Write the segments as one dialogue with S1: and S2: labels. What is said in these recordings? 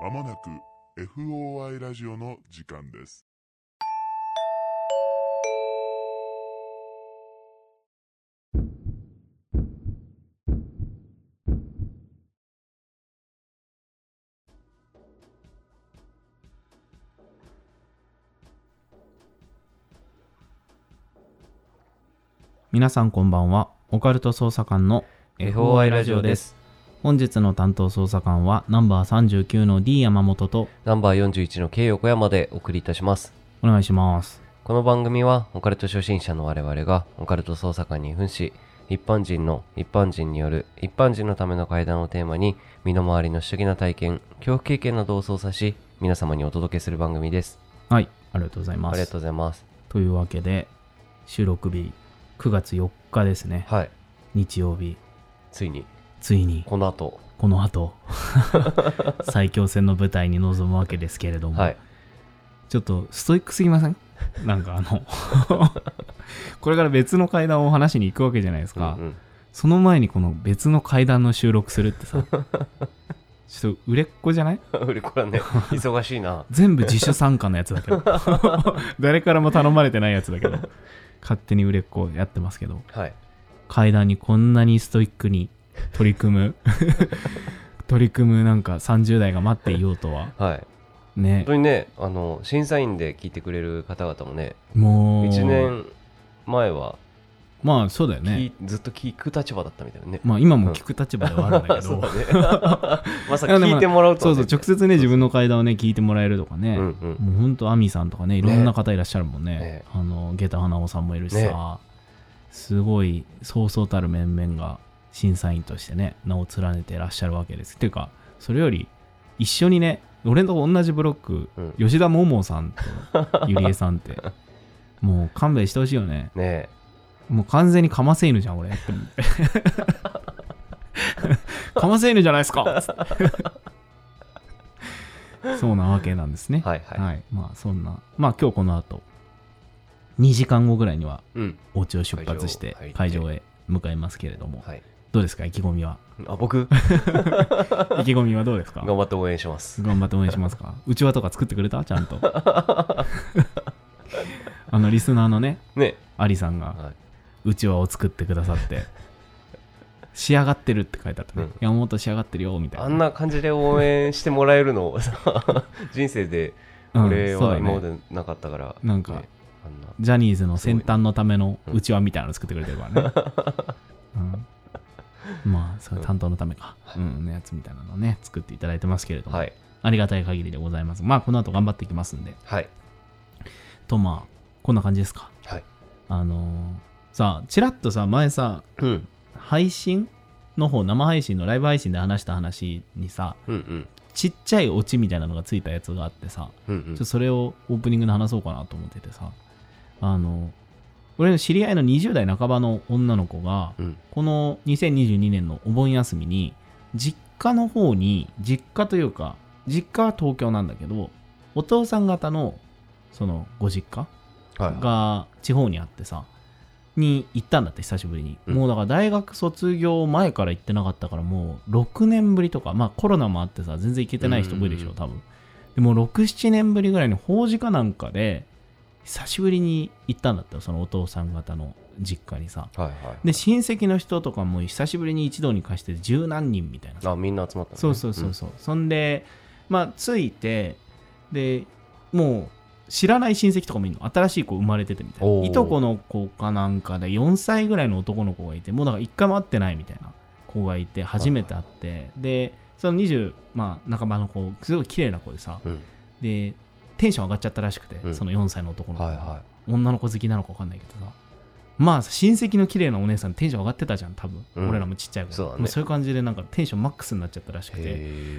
S1: まもなく FOI ラジオの時間です。
S2: 皆さんこんばんはオカルト捜査官の
S3: FOI ラジオです
S2: 本日の担当捜査官はナンバー39の D 山本と
S3: ナンバー41の K 横山でお送りいたします。
S2: お願いします
S3: この番組はオカルト初心者の我々がオカルト捜査官に扮し、一般人の一般人による一般人のための会談をテーマに、身の回りの主義な体験、恐怖経験などを操作し、皆様にお届けする番組です。
S2: はいありがとうござい
S3: あ
S2: ま
S3: り
S2: す
S3: がとうございます。
S2: というわけで収録日9月4日ですね
S3: はい。
S2: 日曜日
S3: ついに、
S2: ついに
S3: この後、
S2: この 後最強戦の舞台に臨むわけですけれども、
S3: はい。
S2: ちょっとストイックすぎませんなんかあの これから別の階段を話しに行くわけじゃないですか、
S3: うんうん
S2: その前にこの別の階段の収録するってさちょっと売れっ子じゃない
S3: 売れっ子だね、 忙しいな。
S2: 全部自主参加のやつだけ ど誰からも頼まれてないやつだけど勝手に売れっ子やってますけど
S3: はい。
S2: 階段にこんなにストイックに取り組む 取り組むなんか30代が待っていようとは
S3: はい。
S2: ね
S3: 本当にね、あの、審査員で聞いてくれる方々もね、
S2: もう
S3: 1年前は
S2: まあそうだよね
S3: 聞いずっと聞く立場だったみたいなね。
S2: まあ今も聞く立場ではあるんだけど
S3: そうだ ね。まさか聞いてもらうと
S2: そ
S3: は
S2: う
S3: ね、
S2: そう直接ね自分の階段をね聞いてもらえるとかね、
S3: うんうん。
S2: もうほんとアミさんとかねいろんな方いらっしゃるもんね
S3: ね
S2: あの下駄花尾さんもいるしさ、
S3: ね
S2: すごいそうそうたる面々が審査員としてね名を連ねてらっしゃるわけですっていうかそれより一緒にね俺と同じブロック、
S3: うん
S2: 吉田桃さんとゆりえさん ってもう勘弁してほしいよね
S3: ね
S2: もう完全にかませ犬じゃん俺 って思ってかませ犬じゃないです かつってそうなわけなんですね
S3: え。はいはい。
S2: はい、まあそんな、まあ今日この後、2時間後ぐらいには
S3: うん。
S2: お家を出発して
S3: 会
S2: 会
S3: 場
S2: 場へ向かいますけれども、
S3: はい。
S2: どうですか、意気込み は。
S3: あ、
S2: 意
S3: 僕、
S2: 気込みはどうですか
S3: 頑張って応援 します。
S2: 頑張って応援しますか。うちわとか作ってくれたちゃん と。あの、リスナーのね、
S3: ね
S2: アリさん
S3: え。
S2: が
S3: はいう
S2: ちわを作ってくださって、仕上がってるって書いてあったね。
S3: うん
S2: 山本仕上がってるよ、みたいな。
S3: あんな感じで応援してもらえるの、さ 人生で
S2: うん
S3: 俺
S2: そうだ
S3: は
S2: ね
S3: 今までなかったから。
S2: なんか
S3: ねあんな
S2: ジャニーズの先端のための
S3: うん
S2: うちわみたいなの作ってくれてるから ね。うん、まあ、それ担当のためか。うん、のやつみたいなのね、作っていただいてますけれども、
S3: はい。
S2: ありがたい限りでございます。まあ、この後頑張っていきますんで。
S3: はい。
S2: と、まあ、こんな感じですか。
S3: はい。
S2: あのーさあ、ちらっとさ、前さ、
S3: うん。
S2: 配信の方、生配信のライブ配信で話した話にさ、
S3: うんうん。
S2: ちっちゃいオチみたいなのがついたやつがあってさ、
S3: うんう
S2: ちょ
S3: ん
S2: っとそれをオープニングで話そうかなと思っててさあの俺の知り合いの20代半ばの女の子が
S3: うん。
S2: この2022年のお盆休みに実家の方に実家というか実家は東京なんだけどお父さん方のそのご実家
S3: はい。
S2: が地方にあってさに行ったんだって久しぶりに、
S3: うん
S2: もうだから大学卒業前から行ってなかったからもう6年ぶりとかまあコロナもあってさ全然行けてない人もいるでし
S3: うん
S2: ょ
S3: うん
S2: 多分でも67年ぶりぐらいに法事かなんかで久しぶりに行ったんだったよそのお父さん方の実家にさ
S3: はいはい。
S2: で親戚の人とかも久しぶりに一堂に会して十何人みたいなさ
S3: あ、みんな集まったね。
S2: そうそうそうそう、そんでまあ着いてでもう知らない親戚とかもいるの新しい子生まれててみたい
S3: お
S2: な
S3: ー
S2: いとこの子かなんかで4歳ぐらいの男の子がいてもうだから1回も会ってないみたいな子がいて初めて会って、でその20、まあ、半ばの子すごい綺麗な子でさ
S3: うん。
S2: でテンション上がっちゃったらしくて、
S3: うん
S2: その4歳の男
S3: うん。
S2: の子が、
S3: はいは
S2: 女の子好きなのか分かんないけどさまあ親戚の綺麗なお姉さんテンション上がってたじゃん多分、
S3: うん
S2: 俺らもちっちゃい頃
S3: そうだね
S2: もそういう感じでなんかテンションマックスになっちゃったらしく
S3: い。
S2: て
S3: へ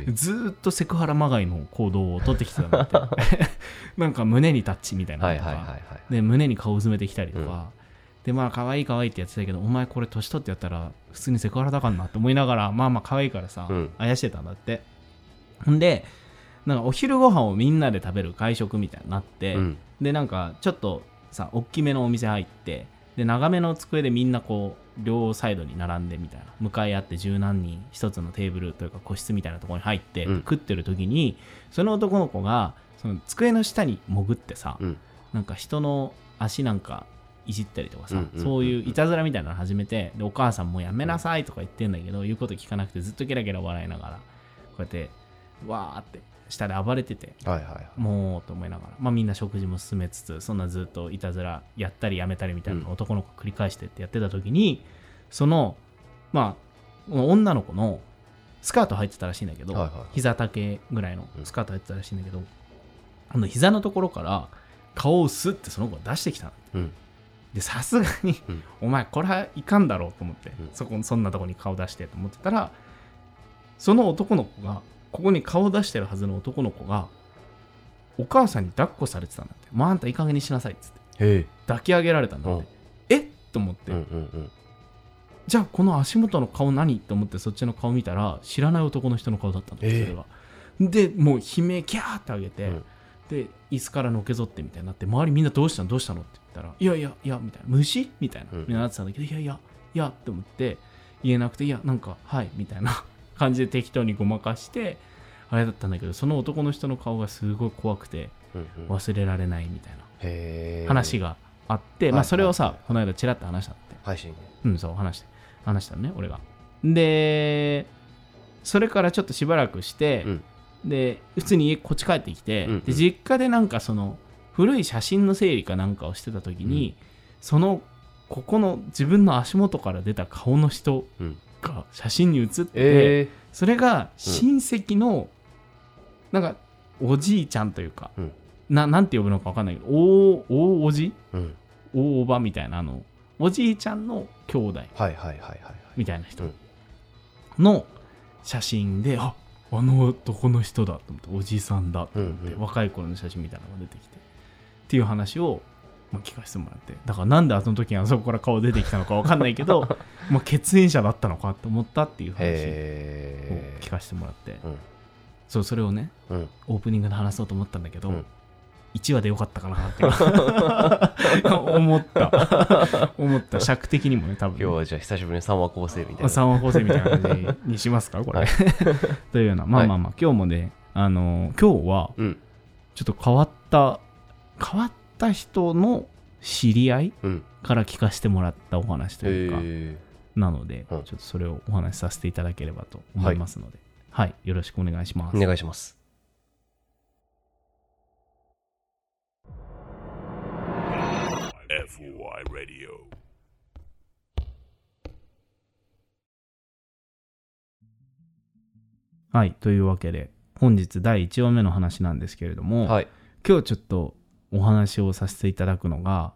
S3: え。
S2: ずーっとセクハラまがいの行動を取ってきてたん だってなんか胸にタッチみたいな
S3: は
S2: の
S3: い
S2: と
S3: はいはい
S2: か
S3: はい。
S2: で胸に顔を埋めてきたりとか、でまあ可愛い可愛いってやってたけどお前これ年取ってやったら普通にセクハラだからなって思いながらまあまあ可愛いからさ、
S3: うん
S2: あやしてたんだってほんでなんかお昼ご飯をみんなで食べる会食みたいになって、
S3: うん。
S2: でなんかちょっとさ大きめのお店入ってで長めの机でみんなこう両サイドに並んでみたいな向かい合って十何人一つのテーブルというか個室みたいなところに入って、
S3: うん
S2: 食ってる時にその男の子がその机の下に潜ってさ、
S3: うん
S2: なんか人の足なんかいじったりとかさ、
S3: うんうんうんうん
S2: そういういたずらみたいなの始めてでお母さんもやめなさいとか言ってんだけど、言うこと聞かなくてずっとゲラゲラ笑いながらこうやってわーって下で暴れてて
S3: はいはいはい
S2: もうと思いながら、まあ、みんな食事も進めつつそんなずっといたずらやったりやめたりみたいなのを男の子繰り返してってやってた時に、そのまあ女の子のスカート入ってたらしいんだけど、
S3: はいはい
S2: 膝丈ぐらいの
S3: うん
S2: スカート入ってたらしいんだけど、あの膝のところから顔をスッてその子が出してきたの
S3: うん
S2: でさすがに、
S3: うん
S2: お前これはいかんだろうと思って、
S3: うん
S2: そこそんなとこに顔出してと思ってたらその男の子がここに顔出してるはずの男の子がお母さんに抱っこされてたんだって「もうあんたいい加減にしなさい」っつって
S3: へえ
S2: 抱き上げられたんだって、えっと思って、
S3: うんうんうん
S2: じゃあこの足元の顔何と思ってそっちの顔見たら知らない男の人の顔だったんだって
S3: ええ
S2: それが、でもう悲鳴キャーって上げて、
S3: うん
S2: で椅子からのけぞってみたいになって周りみんなどうしたのどうしたのって言ったら「いやいやいや」みたいな「虫?」みたいな、
S3: うん
S2: みんななってたんだけど「いやいやいや」って思って言えなくて「いやなんかはい」みたいな 感じで適当にごまかしてあれだったんだけどその男の人の顔がすごい怖くて
S3: うんうん
S2: 忘れられないみたいな
S3: へえ
S2: 話があって、
S3: い
S2: まあそれをさ、
S3: はいはい
S2: この間ちらっと話したんだって。
S3: 配信
S2: うん、そう、話して、話したのね、俺が。で、それからちょっとしばらくして、
S3: うん
S2: で、普通に家こっち帰ってきて、
S3: うんうん
S2: で、実家でなんかその、古い写真の整理かなんかをしてた時に、その、ここの自分の足元から出た顔の人
S3: うん
S2: が写真に写って、
S3: え
S2: それが親戚の、なんか、おじいちゃんというか、
S3: うん
S2: ななんて呼ぶのか分かんないけど、おおおじ
S3: えうん
S2: 大おばみたいなあのおじいちゃんの兄弟
S3: はいはいはいはいはい
S2: みたいな人
S3: うん
S2: の写真で、ああの男の人だと思っておじさんだと思って、
S3: うんうん
S2: 若い頃の写真みたいなのが出てきてっていう話を、まあ、聞かせてもらってだからなんであの時にあそこから顔出てきたのかわかんないけ どまあ血縁者だったのかと思ったっていう話を
S3: へ
S2: 聞かせてもらって、
S3: え
S2: そうそれをね
S3: うんうん
S2: オープニングで話そうと思ったんだけど、
S3: うん
S2: 1話でよかったかなっていう 思った思った尺的にもね多分ね
S3: 今日はじゃあ久しぶりに3話構成みたいな
S2: 3話構成みたいな感じにしますかこれ、
S3: はい
S2: というようなまあまあまあ、今日もねあのー今日は
S3: うん
S2: ちょっと変わった変わった人の知り合い
S3: うん
S2: から聞かせてもらったお話というか、
S3: へ
S2: なので、
S3: うん
S2: ちょっとそれをお話しさせていただければと思いますので、はい、よろしくお願いします。
S3: えお願いします
S2: はい、というわけで本日第1話目の話なんですけれども、
S3: はい
S2: 今日ちょっとお話をさせていただくのが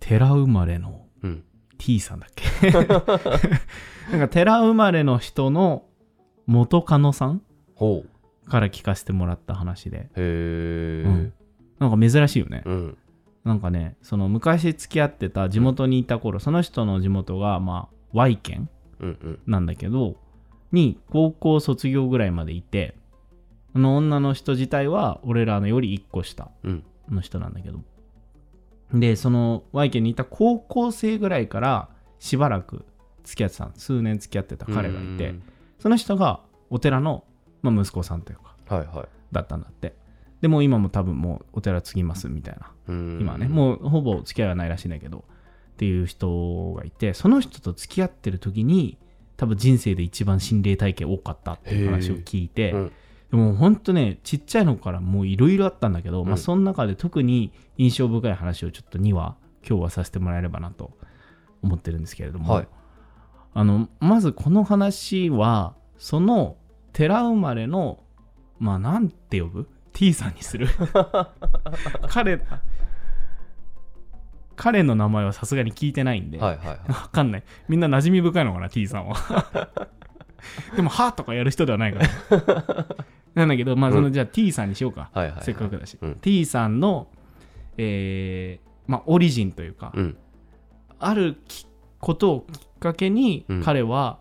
S2: 寺生まれの
S3: うん
S2: T さんだっけ なんか寺生まれの人の元カノさん
S3: ほう
S2: から聞かせてもらった話で、
S3: へえ
S2: うんなんか珍しいよね、
S3: うん
S2: なんかねその昔付き合ってた地元にいた頃その人の地元がまあ Y 県
S3: うんうん
S2: なんだけどに高校卒業ぐらいまでいてあの女の人自体は俺らのより1個下
S3: うん
S2: の人なんだけどでその Y 家にいた高校生ぐらいからしばらく付き合ってたの数年付き合ってた彼がいて
S3: うん
S2: その人がお寺の、まあ、息子さんというか
S3: はいはい
S2: だったんだってでもう今も多分もうお寺継ぎますみたいな今
S3: 今
S2: はねもうほぼ付き合いはないらしいんだけどっていう人がいてその人と付き合ってる時に多分人生で一番心霊体験多かったっていう話を聞いて、
S3: うん
S2: でもほんとねちっちゃいのからもういろいろあったんだけど、ま
S3: う
S2: あ
S3: ん
S2: その中で特に印象深い話をちょっと2話今日はさせてもらえればなと思ってるんですけれども、
S3: はい
S2: あのまずこの話はその寺生まれのまあなんて呼ぶ ?T さんに する彼彼の名前はさすがに聞いてないんで、
S3: はい はいはい
S2: わかんない。みんな馴染み深いのかな、T さんは。 でも、はとかやる人ではないから。なんだけど、まあ、その、
S3: う
S2: じゃあ T さんにしようか。
S3: はいはいはい
S2: せっかくだし。
S3: うん
S2: T さんの、えーまあ、オリジンというか、
S3: うん
S2: あるきことをきっかけに、
S3: うん
S2: 彼は、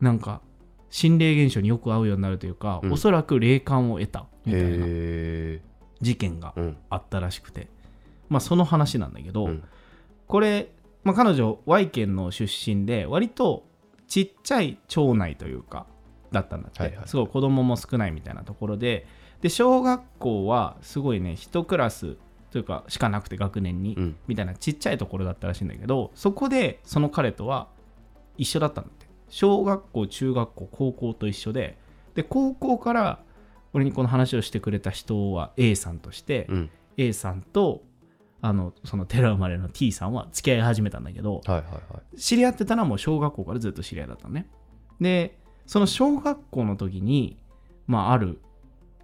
S2: なんか、心霊現象によく合うようになるというか、
S3: うん
S2: おそらく霊感を得たみたいな
S3: へえ
S2: 事件が
S3: うん
S2: あったらしくて、まあ、その話なんだけど、
S3: うん
S2: これまあ、彼女 Y 県の出身で割とちっちゃい町内というかだったんだって、
S4: はいはい
S2: すごい子供も少ないみたいなところでで小学校はすごいね一クラスというかしかなくて学年に、
S3: うん
S2: みたいなちっちゃいところだったらしいんだけどそこでその彼とは一緒だったんだって小学校中学校高校と一緒でで高校から俺にこの話をしてくれた人は A さんとして、
S3: うん
S2: A さんとあのその寺生まれの T さんは付き合い始めたんだけど
S4: はいはいはい
S2: 知り合ってたのはもう小学校からずっと知り合いだったのねでその小学校の時にまあある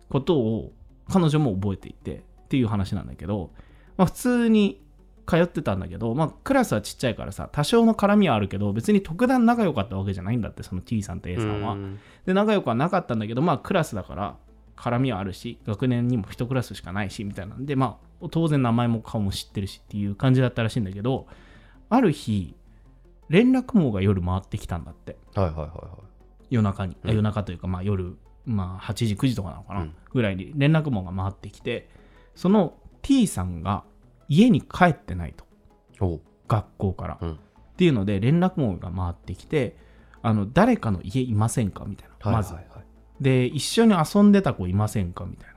S2: ことを彼女も覚えていてっていう話なんだけど、まあ、普通に通ってたんだけど、まあ、クラスはちっちゃいからさ多少の絡みはあるけど別に特段仲良かったわけじゃないんだってその T さんと A さんは
S3: うん
S2: で仲良くはなかったんだけどまあクラスだから絡みはあるし学年にも1クラスしかないしみたいなんでまあ当然名前も顔も知ってるしっていう感じだったらしいんだけどある日連絡網が夜回ってきたんだって
S4: はいはいはいは
S2: 夜中に、あ
S3: うん
S2: 夜中というかまあ夜、まあ、8時9時とかなのかな、
S3: うん
S2: ぐらいに連絡網が回ってきてその T さんが家に帰ってないと
S3: おう
S2: 学校から、
S3: うん
S2: っていうので連絡網が回ってきてあの誰かの家いませんかみたいな、
S4: い
S2: まず
S4: はいはいはい
S2: で一緒に遊んでた子いませんかみたいな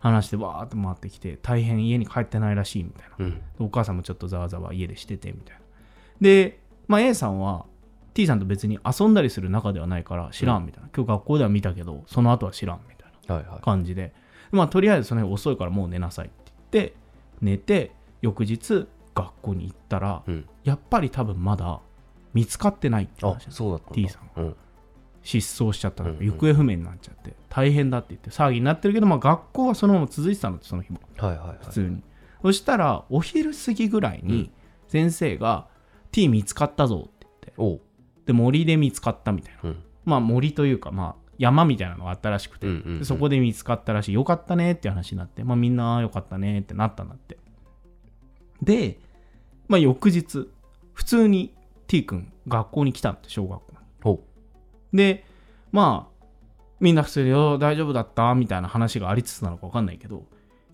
S2: 話でわーって回ってきて大変家に帰ってないらしいみたいな
S3: うん
S2: お母さんもちょっとざわざわ家でしててみたいなで、まあ、A さんは T さんと別に遊んだりする仲ではないから知らんみたいな、今日学校では見たけどその後は知らんみたい
S4: はいは
S2: ない感じでまあとりあえずその辺遅いからもう寝なさいって言って寝て翌日学校に行ったら、
S3: うん
S2: やっぱり多分まだ見つかってないって
S3: あ
S2: 話
S3: そうだったんだ
S2: T さん
S3: うんうん
S2: 失踪しちゃったの
S3: うんうん
S2: 行方不明になっちゃって大変だって言って騒ぎになってるけど、まあ、学校はそのまま続いてたのってその日も
S4: はいはいはい
S2: 普通に、そしたらお昼過ぎぐらいに先生が「T 見つかったぞ」って言って
S3: おう
S2: で森で見つかったみたいな、
S3: うん
S2: まあ森というかまあ山みたいなのがあったらしくて、
S3: うんうんうん
S2: でそこで見つかったらしいよかったねって話になって、まあ、みんなよかったねってなったんだってで、まあ、翌日普通に T 君学校に来たのって小学校に
S3: おう
S2: でまあみんな普通におー「大丈夫だった?」みたいな話がありつつなのか分かんないけど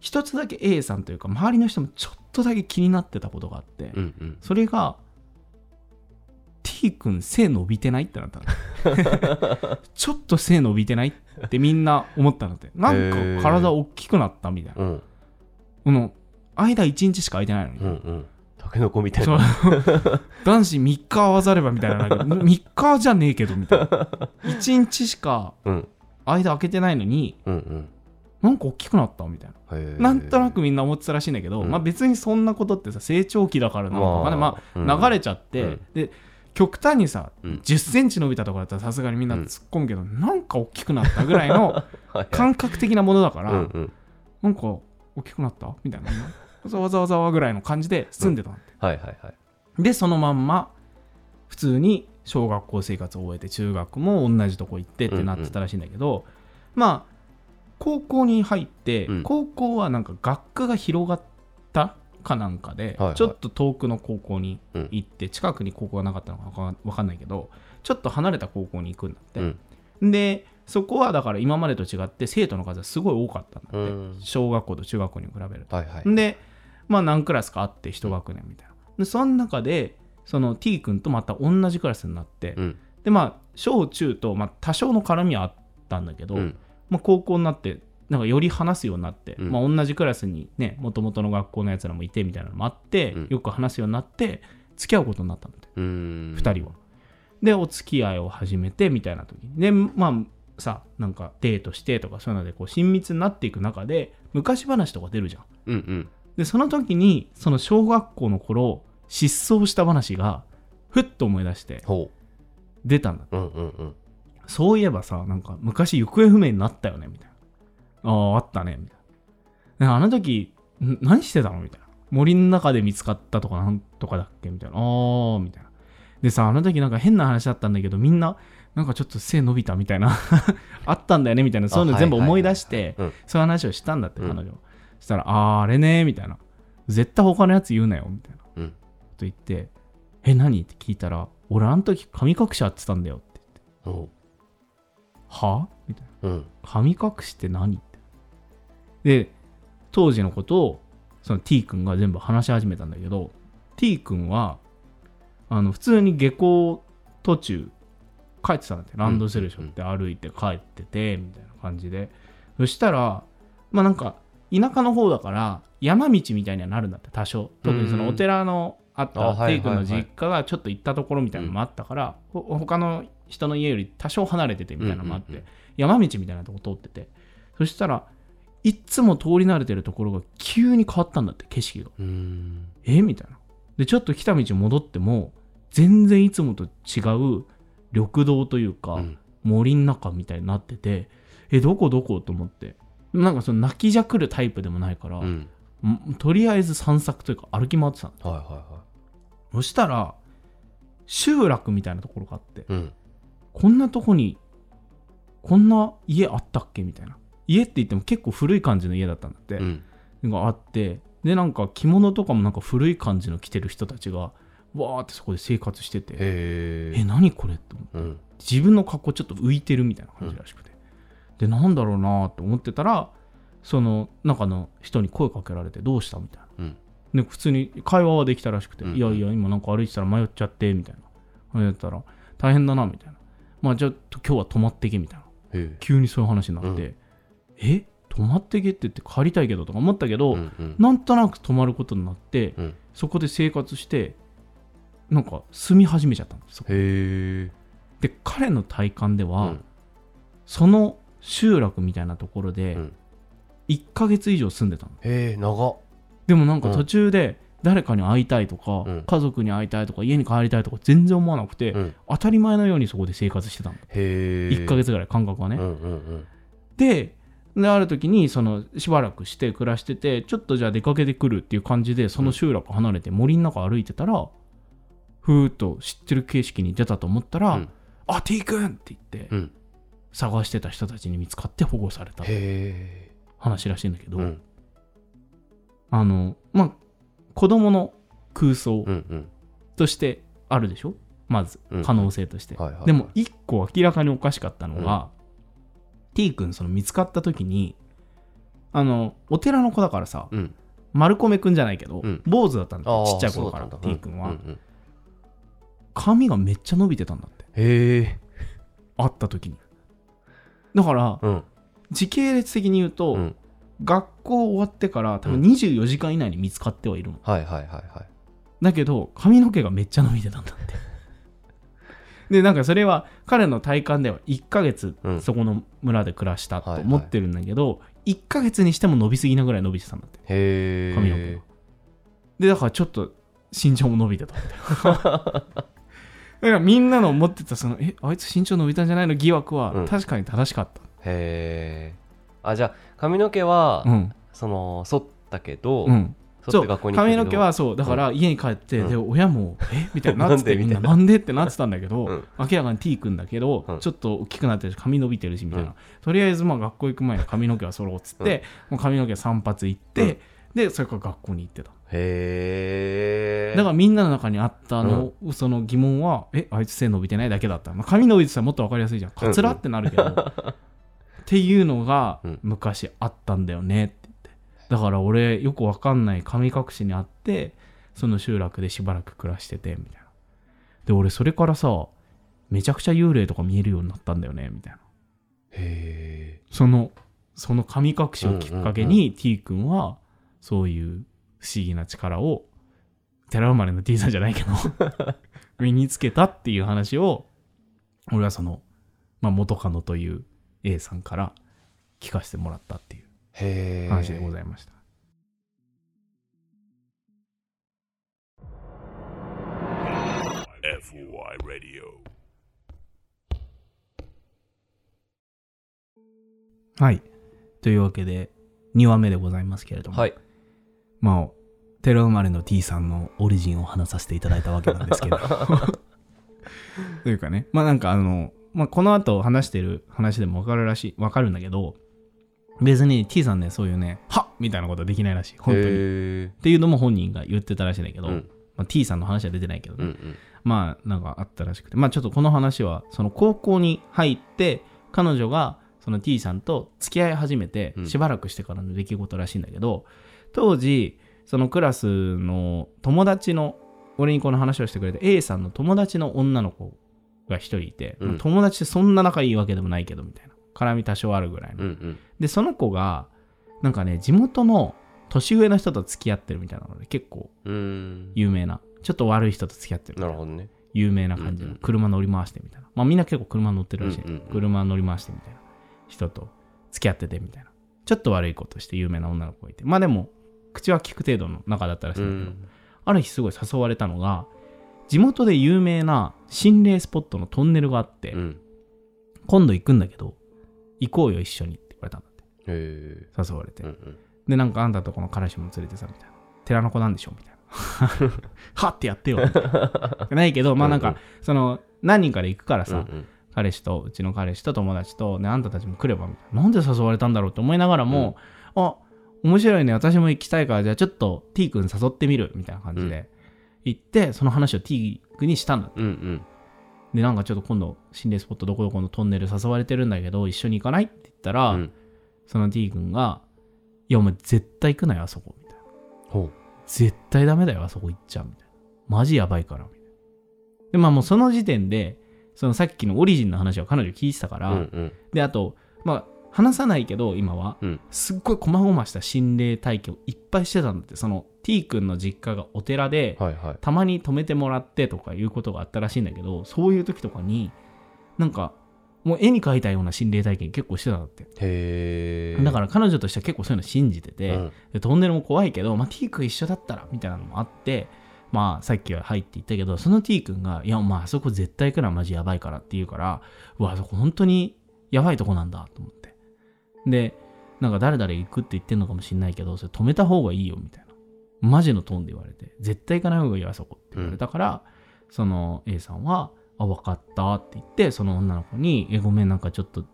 S2: 一つだけ A さんというか周りの人もちょっとだけ気になってたことがあって、
S3: うんうん
S2: それが T 君背伸びてないってなったの ちょっと背伸びてないってみんな思ったのってなん
S3: へー
S2: か体大きくなったみたいな、
S3: うん
S2: この間1日しか空いてないのに、
S3: うんうんタケノコみたい
S2: そ
S3: な
S2: の男子3日合わざればみたいな3日じゃねえけどみたいな1日しか
S3: うん
S2: 間空けてないのに
S3: うんうん
S2: なんか大きくなったみたいな、
S4: へー
S2: なんとなくみんな思ってたらしいんだけど、
S3: うん
S2: まあ別にそんなことってさ成長期だからなのかわかんない、まあ
S3: まあうん
S2: 流れちゃって、
S3: うん
S2: で極端にさ、
S3: うん
S2: 1 0ンチ伸びたとかだったらさすがにみんな突っ込むけど、なんか大きくなったぐらいの
S3: はいはい
S2: 感覚的なものだから、
S3: うんうん
S2: なんか大きくなったみたいなざわざわざわぐらいの感じで住んでたの、
S3: はいはいはい
S2: でそのまんま普通に小学校生活を終えて中学も同じとこ行ってってなってたらしいんだけど、まあ高校に入って、
S3: うん
S2: 高校はなんか学区が広がったかなんかで、
S4: はいはい
S2: ちょっと遠くの高校に行って、近くに高校がなかったのかわかわかんないけどちょっと離れた高校に行くんだって、でそこはだから今までと違って生徒の数がすごい多かったんだって、
S3: うん
S2: 小学校と中学校に比べると
S4: はいはい
S2: で、まあ、何クラスかあって一学年みたいな。で、その中で、その T 君とまた同じクラスになって、
S3: うん
S2: で、まあ、小中と、まあ、多少の絡みはあったんだけど、
S3: うん
S2: まあ、高校になって、なんかより話すようになって、
S3: うん
S2: まあ、同じクラスにね、もともとの学校のやつらもいてみたいなのもあって、
S3: うん
S2: よく話すようになって、付き合うことになったんだって、
S3: うん
S2: 2人は。で、お付き合いを始めてみたいな時に。で、まあ、さ、なんかデートしてとか、そういうので、こう、親密になっていく中で、昔話とか出るじゃん。
S3: うんうん
S2: でその時にその小学校の頃失踪した話がふっと思い出して
S3: ほ
S2: 出たんだ
S3: ううんうんうん
S2: そういえばさなんか昔行方不明になったよねみたいなあああったねみたいなねあの時ん何してたのみたいな森の中で見つかったとかなんとかだっけみたいなああみたいなでさあの時なんか変な話だったんだけどみんななんかちょっと背伸びたみたいな あったんだよねみたいなそういうの全部
S4: あはいはい
S2: 思
S4: はいいはい
S2: 出して
S3: うん
S2: そういう話をしたんだって
S3: うん
S2: 彼女、そしたら「あーあれね」みたいな「絶対他のやつ言うなよ」みたいな、
S3: うん
S2: こと言って「え何?」って聞いたら「俺あの時神隠しやってたんだよ」って
S3: ほう
S2: 「は?」みたいな
S3: うん
S2: 神隠しって何って。で、当時のことをその T 君が全部話し始めたんだけど、T 君はあの普通に下校途中帰ってたんだってランドセル背負って歩いて帰っててみたいな感じでそしたらまあなんか田舎の方だから山道みたいにはなるんだって多少特にそのお寺のあっ
S3: あ
S2: た
S3: は
S2: テ
S3: い
S2: イ君の
S3: はいはい
S2: 実家がちょっと行ったところみたいなのもあったから、ほ他の人の家より多少離れててみたいなのもあって、
S3: うんうんうん
S2: 山道みたいなとこ通っててそしたらいっつも通り慣れてるところが急に変わったんだって景色が
S3: うん
S2: えみたいなでちょっと来た道戻っても全然いつもと違う緑道というか、
S3: うん
S2: 森の中みたいになっててえどこどこと思ってなんかその泣きじゃくるタイプでもないから、
S3: うん
S2: んとりあえず散策というか歩き回ってたの
S3: はいは
S2: そしたら集落みたいなところがあって
S3: いはいうん
S2: こんなとこにこんな家あったっけみたいな家って言っても結構古い感じの家だったんだって、
S3: うん
S2: があってでなんか着物とかもなんか古い感じの着てる人たちがわーってそこで生活してて
S3: へ
S2: え
S3: え
S2: 何これって思って
S3: うん
S2: 自分の格好ちょっと浮いてるみたいな感じらしくて、でなんだろうなーって思ってたらその中の人に声かけられてどうしたみたいな
S3: うん
S2: で普通に会話はできたらしくて、
S3: うん
S2: いやいや今なんか歩いてたら迷っちゃってみたいなあれだったら大変だなみたいなまあじゃあ今日は泊まってけみたいな
S3: へえ
S2: 急にそういう話になって、え泊まってけって言って帰りたいけどとか思ったけど、
S3: うんうん
S2: なんとなく泊まることになって、
S3: うん
S2: そこで生活してなんか住み始めちゃったんですよ
S3: へえ
S2: で彼の体感では、
S3: うん
S2: その集落みたいなところで
S3: うん
S2: 1ヶ月以上住んでたの、
S3: へえ長っ
S2: でもなんか
S3: うん
S2: 途中で誰かに会いたいとか、
S3: うん
S2: 家族に会いたいとか家に帰りたいとか全然思わなくて、
S3: うん
S2: 当たり前のようにそこで生活してたの、
S3: へえ
S2: 1ヶ月ぐらい感覚はね、
S3: うんうんうん
S2: でである時にそのしばらくして暮らしててちょっとじゃあ出かけてくるっていう感じでその集落離れて森の中歩いてたら、ふーっと知ってる景色に出たと思ったら「
S3: うん
S2: あ T 君!」って言って、
S3: うん
S2: 探してた人たちに見つかって保護された
S3: へえ
S2: 話らしいんだけど、
S3: うん
S2: あのまあ子供の空想
S3: うんうん
S2: としてあるでしょまず
S3: うん
S2: 可能性として、
S3: はいはいはい
S2: でも一個明らかにおかしかったのが、T 君その見つかった時にあのお寺の子だからさ、
S3: うん
S2: 丸米くんじゃないけど、
S3: うん
S2: 坊主だったんだ
S3: あ
S2: よ
S3: あ
S2: ちっちゃい頃から
S3: そうだったんだ
S2: T 君は、
S3: うんうんうん
S2: 髪がめっちゃ伸びてたんだって
S3: へえ
S2: 会った時にだから
S3: うん
S2: 時系列的に言うと、
S3: うん
S2: 学校終わってから多分
S3: うん
S2: 24時間以内に見つかってはいるの、
S3: はいはいはいはい
S2: だけど髪の毛がめっちゃ伸びてたんだって でなんかそれは彼の体感では1ヶ月
S3: うん
S2: そこの村で暮らしたと
S3: はいはい
S2: 思ってるんだけど、1ヶ月にしても伸びすぎなぐらい伸びてたんだって
S3: へえ
S2: 髪の毛がでだからちょっと身長も伸びてた みたいなだからみんなの思ってたそのえあいつ身長伸びたんじゃないの疑惑
S3: う
S2: は
S3: ん
S2: 確かに正しかった、
S3: へえあじゃあ髪の毛は、
S2: うん
S3: その剃ったけど、
S2: うん、
S3: 剃
S2: そ
S3: って
S2: う
S3: 学校に行った
S2: 髪
S3: けど
S2: の毛はそうだから家に帰って、
S3: うん
S2: で親も「えみたいになってて
S3: なんで
S2: みんな
S3: み
S2: 「
S3: た
S2: なんで?」ってなってたんだけど、
S3: うん
S2: 明らかに T 君だけど、
S3: うん
S2: ちょっと大きくなってるし髪伸びてるしみたいな、
S3: うん
S2: とりあえずまあ学校行く前に髪の毛は剃ろうっつって、もう髪の毛散髪行って、でそれから学校に行ってた
S3: へえ
S2: だからみんなの中にあったの、その疑問は「えあいつ背伸びてないだけだった」まあ、髪伸びてたらもっと分かりやすいじゃん「カツラ?」ってなるけど、 っていうのが
S3: うん
S2: 昔あったんだよねって言ってだから俺よく分かんない神隠しにあってその集落でしばらく暮らしててみたいなで俺それからさめちゃくちゃ幽霊とか見えるようになったんだよねみたいな
S3: へ
S2: そのその神隠しをきっかけに T 君はそういう不思議な力を寺生まれの T さんじゃないけど身につけたっていう話を俺はその、まあ、元カノという A さんから聞かせてもらったっていう
S3: えへえ
S2: 話でございました。
S1: FOI Radio
S2: はい。というわけで2話目でございますけれども、
S3: はい
S2: まあ寺生まれの T さんのオリジンを話させていただいたわけなんですけど というかねまあなんかあの、まあ、この後話してる話でも分かるらしい分かるんだけど別に T さんねそういうねはっみたいなことはできないらしい本当にっ
S3: へえ
S2: ていうのも本人が言ってたらしいんだけど、
S3: うん
S2: まあ、T さんの話は出てないけどね、
S3: うんうん
S2: まあなんかあったらしくてまあちょっとこの話はその高校に入って彼女がその T さんと付き合い始めて
S3: うん
S2: しばらくしてからの出来事らしいんだけど、当時そのクラスの友達の俺にこの話をしてくれて A さんの友達の女の子が一人いて、
S3: うん
S2: まあ友達ってそんな仲いいわけでもないけどみたいな絡み多少あるぐらいの、
S3: うん
S2: でその子がなんかね地元の年上の人と付き合ってるみたいなので結構
S3: うん。うん。
S2: 有名なちょっと悪い人と付き合ってる
S3: なるほどね。
S2: 有名な感じ
S3: うん
S2: の
S3: うん
S2: 車乗り回してみたいな、まあみんな結構車乗ってるらしい、
S3: うんうんうん
S2: 車乗り回してみたいな人と付き合っててみたいなちょっと悪い子として有名な女の子がいてまあでも口は聞く程度の仲だったらしい
S3: うん
S2: だけど、
S3: ん。
S2: ある日すごい誘われたのが地元で有名な心霊スポットのトンネルがあって、
S3: うん。
S2: 今度行くんだけど行こうよ一緒にって言われたんだって
S3: へえ。
S2: 誘われて、
S3: うんうん。
S2: でなんかあんたとこの彼氏も連れてさみたいな寺の子なんでしょみ たいなはってやってよみたいなないけどまあなんか、
S3: うんうん
S2: その何人かで行くから
S3: う
S2: さ、
S3: んうん
S2: 彼氏とうちの彼氏と友達と、ね、あんたたちも来ればみたいななんで誘われたんだろうって思いながらも、あ面白いね私も行きたいからじゃあちょっと T 君誘ってみるみたいな感じ
S3: う
S2: で行ってその話を T 君にしたんだ
S3: うんうん。
S2: でなんかちょっと今度心霊スポットどこどこのトンネル誘われてるんだけど一緒に行かないって言ったら、
S3: うん
S2: その T 君が「いやお前絶対行くなよあそこ」みたいな
S3: ほう。
S2: 「絶対ダメだよあそこ行っちゃう」みたいな「マジやばいから」みたいなでまあもうその時点でそのさっきのオリジンの話は彼女聞いてたから、
S3: うんうん。
S2: であとまあ話さないけど今は、
S3: うん
S2: すっごい細々した心霊体験をいっぱいしてたんだってその T 君の実家がお寺で、
S3: はいはい。
S2: たまに泊めてもらってとかいうことがあったらしいんだけどそういう時とかになんかもう絵に描いたような心霊体験結構してたんだって、
S3: へえ。、
S2: だからら彼女としては結構そういうの信じてて、
S3: うん
S2: でトンネルも怖いけど、まあ、T 君一緒だったらみたいなのもあってまあさっきは入って言ったけどその T 君が「いやお前あそこ絶対行くのはマジやばいから」って言うからうわあそこ本当にやばいとこなんだと思ってでなんか誰々行くって言ってんのかもしんないけどそれ止めた方がいいよみたいなマジのトーンで言われて絶対行かない方がいいよあそこって言われたから、その A さんは「あ分かった」って言ってその女の子に「えごめんなんかちょっと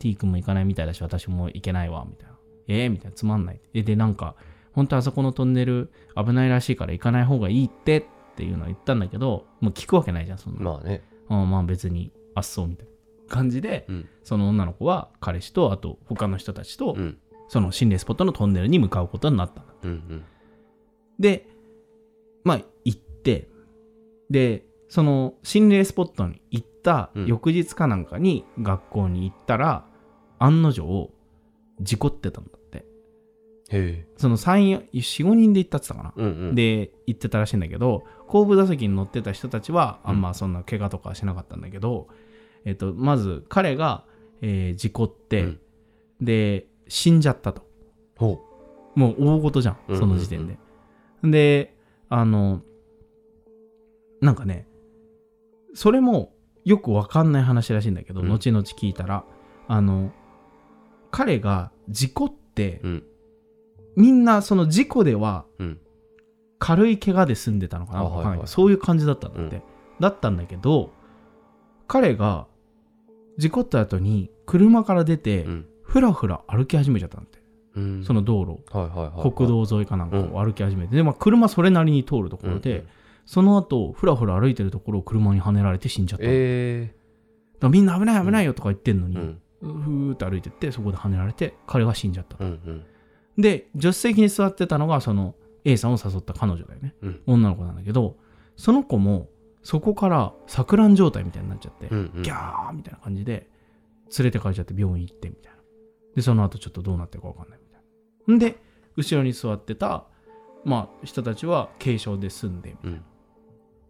S2: T 君も行かないみたいだし私も行けないわ」みたいな「えー、みたいなつまんない」えでなんか本当あそこのトンネル危ないらしいから行かない方がいいってっていうのを言ったんだけどもう聞くわけないじゃんそんな、
S3: まあね。
S2: あまあ別にあっそうみたいな感じで、
S3: うん
S2: その女の子は彼氏とあと他の人たちと、
S3: うん。
S2: その心霊スポットのトンネルに向かうことになったの
S3: うんうん。
S2: でまあ行ってでその心霊スポットに行った
S3: うん
S2: 翌日かなんかに学校に行ったら、案の定事故ってたんだって
S3: へえ。
S2: その345人で行ったって言ったかな、
S3: うんうん。、
S2: で行ってたらしいんだけど後部座席に乗ってた人たちはあんまそんな怪我とかはしなかったんだけど、えっと、まず彼が、えー事故って、
S3: うん
S2: で死んじゃったと
S3: ほ
S2: もう大事じゃん
S3: うんうんうん
S2: その時点で、であのなんかねそれもよくわかんない話らしいんだけど、
S3: うん
S2: 後々聞いたらあの彼が事故って、
S3: う。うん。
S2: みんなその事故では
S3: うん。
S2: 軽い怪我で済んでたのかな
S3: あ
S2: わかんないけど
S3: はいはい
S2: そういう感じだったんだって、
S3: うん
S2: だったんだけど彼が事故った後に車から出て、
S3: うん。
S2: ふらふら歩き始めちゃったんだって、
S3: うん。
S2: その、道路
S3: はいはいはいはい。
S2: 国道沿いかなんかを歩き始めて、でまあ、車それなりに通るところで、
S3: うんうん
S2: その後ふらふら歩いてるところを車にはねられて死んじゃったの、だか
S3: え
S2: らみんな危ない危ないよとか言ってんの
S3: え。う
S2: に、
S3: ん。
S2: ふーって歩いてってそこではねられて彼が死んじゃった、
S3: うんうん。
S2: で助手席に座ってたのがその A さんを誘った彼女だよね、
S3: うん
S2: 女の子なんだけどその子もそこから錯乱状態みたいになっちゃって、
S3: うんうん。
S2: ギャーみたいな感じで連れてかれちゃって病院行ってみたいなでその後ちょっとどうなってるか分かんないみたいなんで後ろに座ってた、まあ、人たちは軽傷で済んで
S3: うん。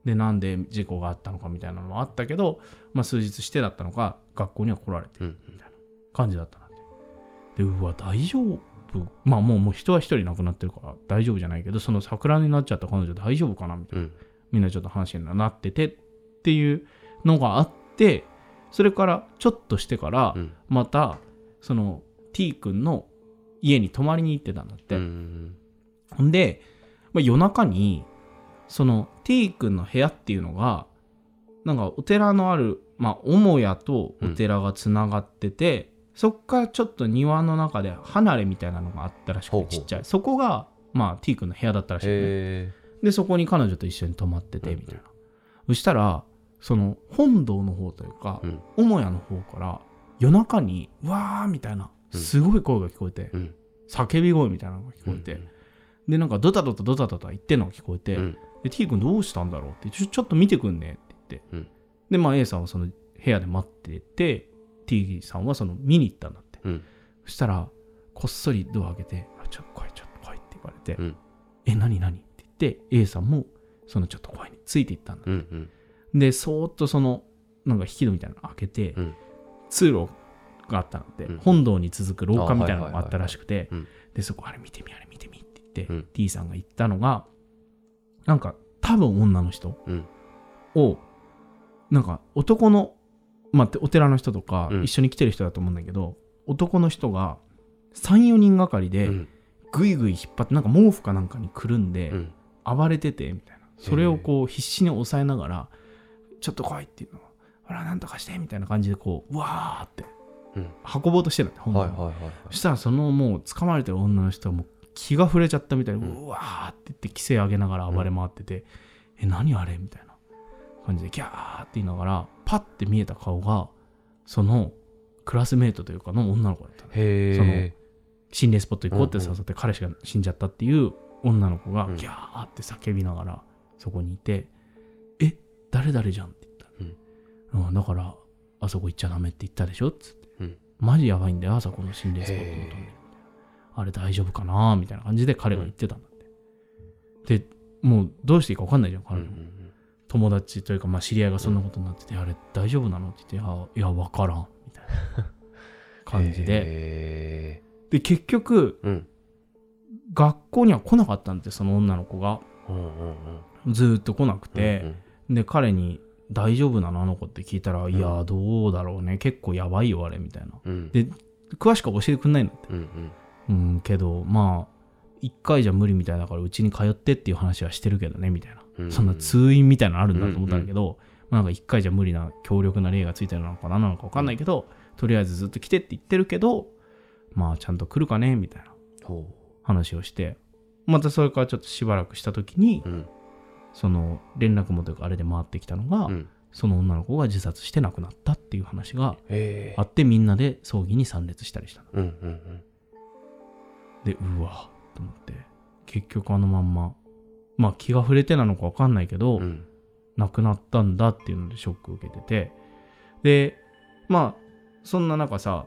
S2: でなんで事故があったのかみたいなのもあったけど、まあ、数日してだったのか学校には来られて
S3: うんうん。
S2: 感じだったなって。で、うわ、大丈夫まあもうもう人は一人亡くなってるから大丈夫じゃないけど、その桜になっちゃった彼女大丈夫かなみたいな、
S3: うん。
S2: みんなちょっと話になっててっていうのがあって、それからちょっとしてから
S3: う、ん。
S2: またその T 君の家に泊まりに行ってたんだって。
S3: うん。
S2: ほんで、まあ、夜中にその T 君の部屋っていうのがなんかお寺のある、まあ、母屋とお寺がつながってて、そっからちょっと庭の中で離れみたいなのがあったらしく
S3: ほう
S2: て
S3: ほう
S2: ちっちゃいそこが、まあ、T 君の部屋だったらしい、ね、
S3: へえ。
S2: でそこに彼女と一緒に泊まっててみたいな、
S3: うん
S2: そしたらその本堂の方というか、
S3: うん
S2: 母屋の方から夜中に「うわー」みたいな
S3: うん
S2: すごい声が聞こえて、
S3: うん
S2: 叫び声みたいなのが聞こえて、でなんかドタドタドタドタ言ってんのが聞こえて、
S3: うん。
S2: で T 君どうしたんだろうってちょちょっと見てくんねって言って、でまあ A さんはその部屋で待ってて T さんはその見に行ったんだって、
S3: うん
S2: そしたらこっそりドア開けて「あちょっと来いちょっと来い」って言われて「
S3: うん
S2: え何何?」って言って A さんもそのちょっと怖いについていったんだって、
S3: うんうん
S2: でそーっとそのなんか引き戸みたいなの開けて、
S3: うん
S2: 通路があったので、
S3: うん
S2: 本堂に続く廊下みたいなのがあ
S3: あはいはいはいはい
S2: ったらしくて
S3: うん
S2: でそこあれ見てみあれ見てみって言って、
S3: うん
S2: T さんが言ったのがなんか多分女の人
S3: うん
S2: を、なんか男の、まあ、てお寺の人とか
S3: うん
S2: 一緒に来てる人だと思うんだけど、男の人が34人がかりで
S3: うん
S2: ぐいぐい引っ張ってなんか毛布かなんかにくるんで、
S3: うん
S2: 暴れててみたいなそれをこう必死に抑えながらちょっと来いっていうのをほらなんとかしてみたいな感じでこううわーって
S3: うん
S2: 運ぼうとしてるんだって本当
S3: はい
S2: に、
S3: はいはいはい
S2: そしたらそのもう掴まれてる女の人はもう気が触れちゃったみたいに、
S3: うん
S2: うわーって言って規制上げながら暴れ回ってて、え何あれみたいな感じでギャーって言いながらパッて見えた顔がそのクラスメートというかの女の子だったのその
S3: へえ
S2: 心霊スポット行こうって
S3: うんうん
S2: 誘って彼氏が死んじゃったっていう女の子が
S3: うん
S2: ギャーって叫びながらそこにいて「え誰々じゃん」って言った、うんだからあそこ行っちゃダメって言ったでしょっつって、
S3: うん
S2: マジやばいんだよあそこの心霊スポットのトンネル
S3: へ
S2: あれ大丈夫かなみたいな感じで彼が言ってたんだって、でもうどうしていいか分かんないじゃん
S3: うん
S2: 彼
S3: う
S2: も、
S3: ん
S2: 友達というか、まあ、知り合いがそんなことになってて「あれ大丈夫なの?」って言って「いやいや分からん」みたいな感じで、
S3: へ
S2: で結局
S3: ーうん
S2: 学校には来なかったんですよその女の子が
S3: うんうんうん
S2: ずーっと来なくて、
S3: うんうん
S2: で彼に「大丈夫なのあの子」って聞いたら「
S3: ん
S2: いやーどうだろうね結構やばいよあれ」みたいな
S3: うん
S2: で詳しくは教えてくんないのって
S3: うんうん
S2: うんけどまあ一回じゃ無理みたいだからうちに通ってっていう話はしてるけどねみたいな、
S3: うん
S2: そんな通院みたいなのあるんだと思ったんだけど、まあ、なんか一回じゃ無理な強力な例がついてるのか何なのか分かんないけど、とりあえずずっと来てって言ってるけどまあちゃんと来るかねみたいな
S3: ほ
S2: 話をしてまたそれからちょっとしばらくした時に、
S3: ううん
S2: その連絡もというかあれで回ってきたのが、
S3: うん
S2: その女の子が自殺して亡くなったっていう話が
S3: へえ
S2: あってみんなで葬儀に参列したりしたの
S3: うんうんうん
S2: でうわと思って結局あのまんままあ気が触れてなのか分かんないけど、
S3: うん
S2: 亡くなったんだっていうのでショック受けててでまあそんな中さ